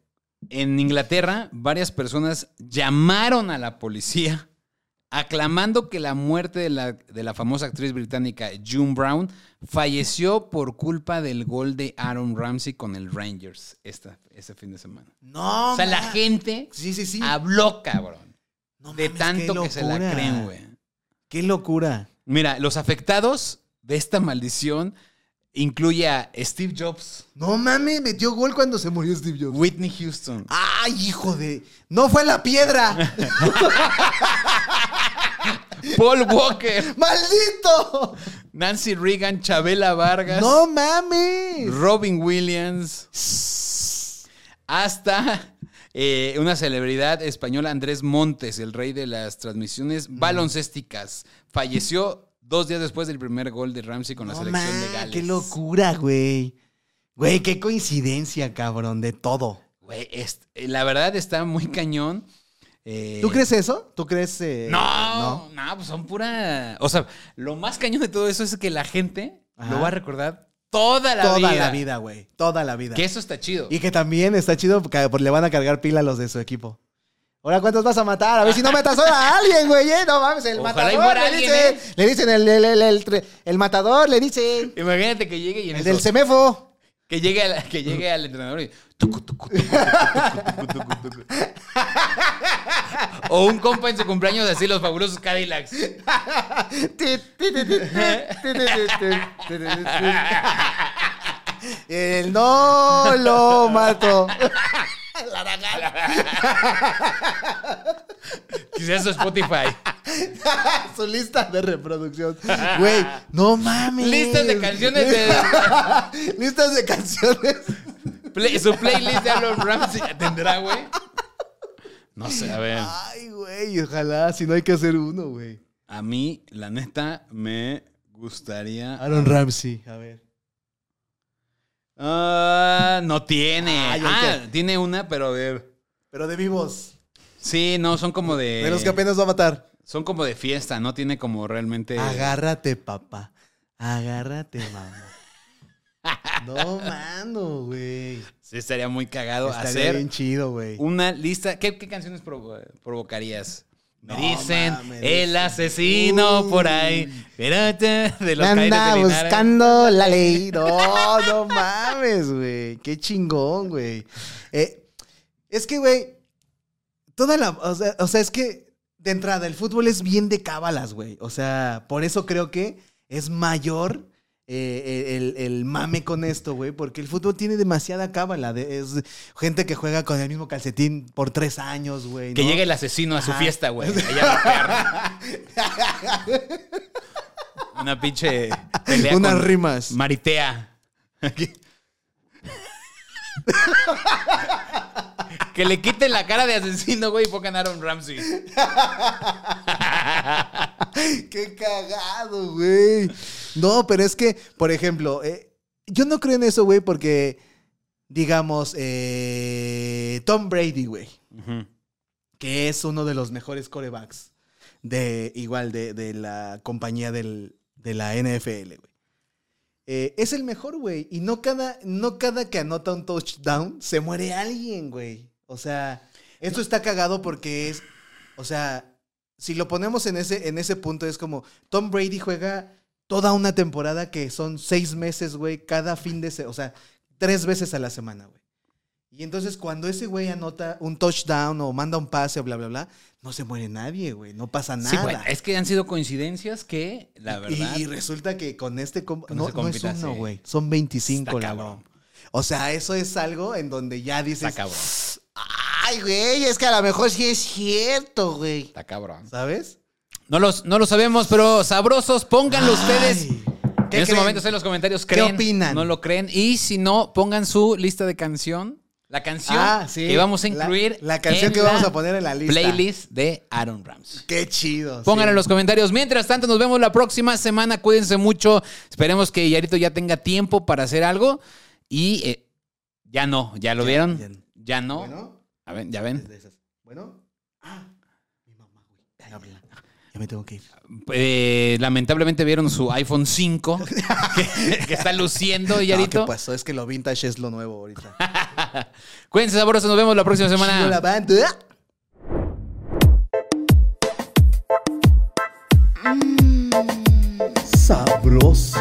S1: en Inglaterra varias personas llamaron a la policía aclamando que la muerte de la, de la famosa actriz británica June Brown falleció por culpa del gol de Aaron Ramsey con el Rangers esta, este fin de semana.
S2: No.
S1: o sea, la
S2: ma-
S1: gente
S2: Sí, sí, sí.
S1: habló, cabrón,
S2: No
S1: de
S2: mames,
S1: tanto
S2: qué
S1: que se la
S2: locura.
S1: creen, güey.
S2: Qué locura.
S1: Mira, los afectados de esta maldición incluye a Steve Jobs,
S2: No mames, metió gol cuando se murió Steve Jobs.
S1: Whitney Houston,
S2: Ah. ¡Ay, hijo de! ¡No fue la piedra!
S1: Paul Walker,
S2: ¡Maldito!
S1: Nancy Reagan, Chabela Vargas.
S2: ¡No mames!
S1: Robin Williams, hasta eh, una celebridad española, Andrés Montes, el rey de las transmisiones baloncésticas, falleció dos días después del primer gol de Ramsey con la
S2: No,
S1: selección
S2: ma,
S1: de Gales.
S2: Qué locura, güey. Güey, qué coincidencia, cabrón, de todo.
S1: Güey, es- eh, la verdad está muy cañón. eh,
S2: ¿Tú crees eso? ¿Tú crees? eh,
S1: No, no, pues son pura. O sea, lo más cañón de todo eso es que la gente
S2: Ajá.
S1: lo va a recordar toda la
S2: Toda
S1: vida.
S2: la vida, güey. Toda la vida.
S1: Que eso está chido.
S2: Y que también está chido porque porque le van a cargar pila a los de su equipo. Ahora, ¿cuántos vas a matar? A ver si no matas ahora a alguien, güey. ¿eh? No mames, el
S1: Ojalá y
S2: matador.
S1: muera
S2: Le,
S1: alguien,
S2: dicen,
S1: ¿eh?
S2: le dicen el, el, el- el tre- el matador, le dicen.
S1: Imagínate que llegue y en
S2: El
S1: el
S2: del semefo.
S1: que llegue al, que llegue al entrenador y tucu, tucu, tucu, tucu, tucu, tucu, tucu, tucu. o un compa en su cumpleaños así los fabulosos Cadillacs.
S2: El no lo mato.
S1: Quizás su Spotify.
S2: Su lista de reproducción. Güey, no mames.
S1: Listas de canciones
S2: de. Listas de canciones.
S1: Play- su playlist de Aaron Ramsey tendrá, güey. No sé, a ver.
S2: Ay, güey, ojalá. Si no hay que hacer uno, güey.
S1: A mí, la neta, me gustaría.
S2: Aaron Ramsey, a ver.
S1: Ah, no tiene.
S2: Ay,
S1: ah,
S2: ok.
S1: tiene una, pero a ver.
S2: Pero de vivos.
S1: Sí, no, son como de.
S2: De los que apenas va a matar.
S1: Son como de fiesta, no tiene como
S2: Eh.
S1: realmente.
S2: Agárrate, papá. Agárrate, mamá. No, mano, güey.
S1: Sí, estaría muy cagado
S2: Estaría
S1: hacer
S2: bien chido, güey.
S1: una lista. ¿Qué, qué canciones provo- provocarías? Me
S2: No,
S1: dicen
S2: ma, me dicen.
S1: el asesino por ahí.
S2: Uy.
S1: Espérate, de los caídos
S2: Anda
S1: de Linares.
S2: buscando la ley. No, no mames, güey. Qué chingón, güey. Eh, es que, güey, toda la. O sea, o sea, es que de entrada, el fútbol es bien de cábalas, güey. O sea, por eso creo que es mayor. eh, el, el mame con esto, güey, porque el fútbol tiene demasiada cábala. de- es gente que juega con el mismo calcetín por tres años, güey.
S1: Que
S2: ¿no?
S1: llegue el asesino a su
S2: Ajá.
S1: fiesta, güey. allá a rapear. Una pinche pelea
S2: Unas
S1: con
S2: rimas.
S1: Maritea. Aquí. que le quiten la cara de asesino, güey, y pongan Aaron Ramsey.
S2: Qué cagado, güey. No, pero es que, por ejemplo, eh, yo no creo en eso, güey, porque, digamos, eh, Tom Brady, güey, que es uno de los mejores corebacks de, igual, de, de la compañía del- de la NFL, güey. Eh, es el mejor, güey. Y no cada, no cada que anota un touchdown se muere alguien, güey. O sea, esto está cagado porque es. O sea, si lo ponemos en ese, en ese punto, es como Tom Brady juega toda una temporada que son seis meses, güey, cada fin de semana. O sea, tres veces a la semana, güey. Y entonces cuando ese güey anota un touchdown o manda un pase o bla, bla, bla, no se muere nadie, güey. No pasa nada.
S1: Sí, güey, es que han sido coincidencias que, la verdad.
S2: Y, y resulta que con este comp-
S1: Con
S2: no,
S1: ese
S2: no es
S1: compita,
S2: uno,
S1: sí.
S2: güey. Son 25,
S1: Está
S2: Lalo.
S1: cabrón.
S2: O sea, eso es algo en donde ya
S1: está
S2: dices.
S1: cabrón.
S2: Ay, güey, es que a lo mejor sí es cierto, güey.
S1: Está cabrón.
S2: ¿Sabes?
S1: No, los, no lo sabemos, pero sabrosos, pónganlo ustedes.
S2: Ay, ¿qué
S1: En este estos
S2: creen?
S1: momentos en los comentarios
S2: ¿Qué
S1: creen,
S2: opinan?
S1: no lo creen y si no pongan su lista de canción, la canción
S2: Ah, sí.
S1: que vamos a
S2: La-
S1: incluir
S2: la canción
S1: en
S2: que vamos a poner en la lista.
S1: playlist de Aaron Ramsey.
S2: Qué chido.
S1: Pónganlo
S2: sí.
S1: en los comentarios. Mientras tanto, nos vemos la próxima semana. Cuídense mucho. Esperemos que Yarito ya tenga tiempo para hacer algo. Y eh, ya no, ya lo
S2: Ya,
S1: vieron.
S2: ya
S1: Ya,
S2: no.
S1: no.
S2: Bueno,
S1: A ver, ya ven.
S2: desde esas. Bueno. Ah, mi mamá, güey. me habla. Ya me tengo que ir. Ah,
S1: Eh, lamentablemente vieron su iPhone 5 que, que está luciendo
S2: No,
S1: Yarito.
S2: ¿Qué pasó? Es que lo vintage es lo nuevo ahorita.
S1: Cuídense sabrosos. Nos vemos la próxima semana.
S2: Chido la banda. Mm, Sabroso.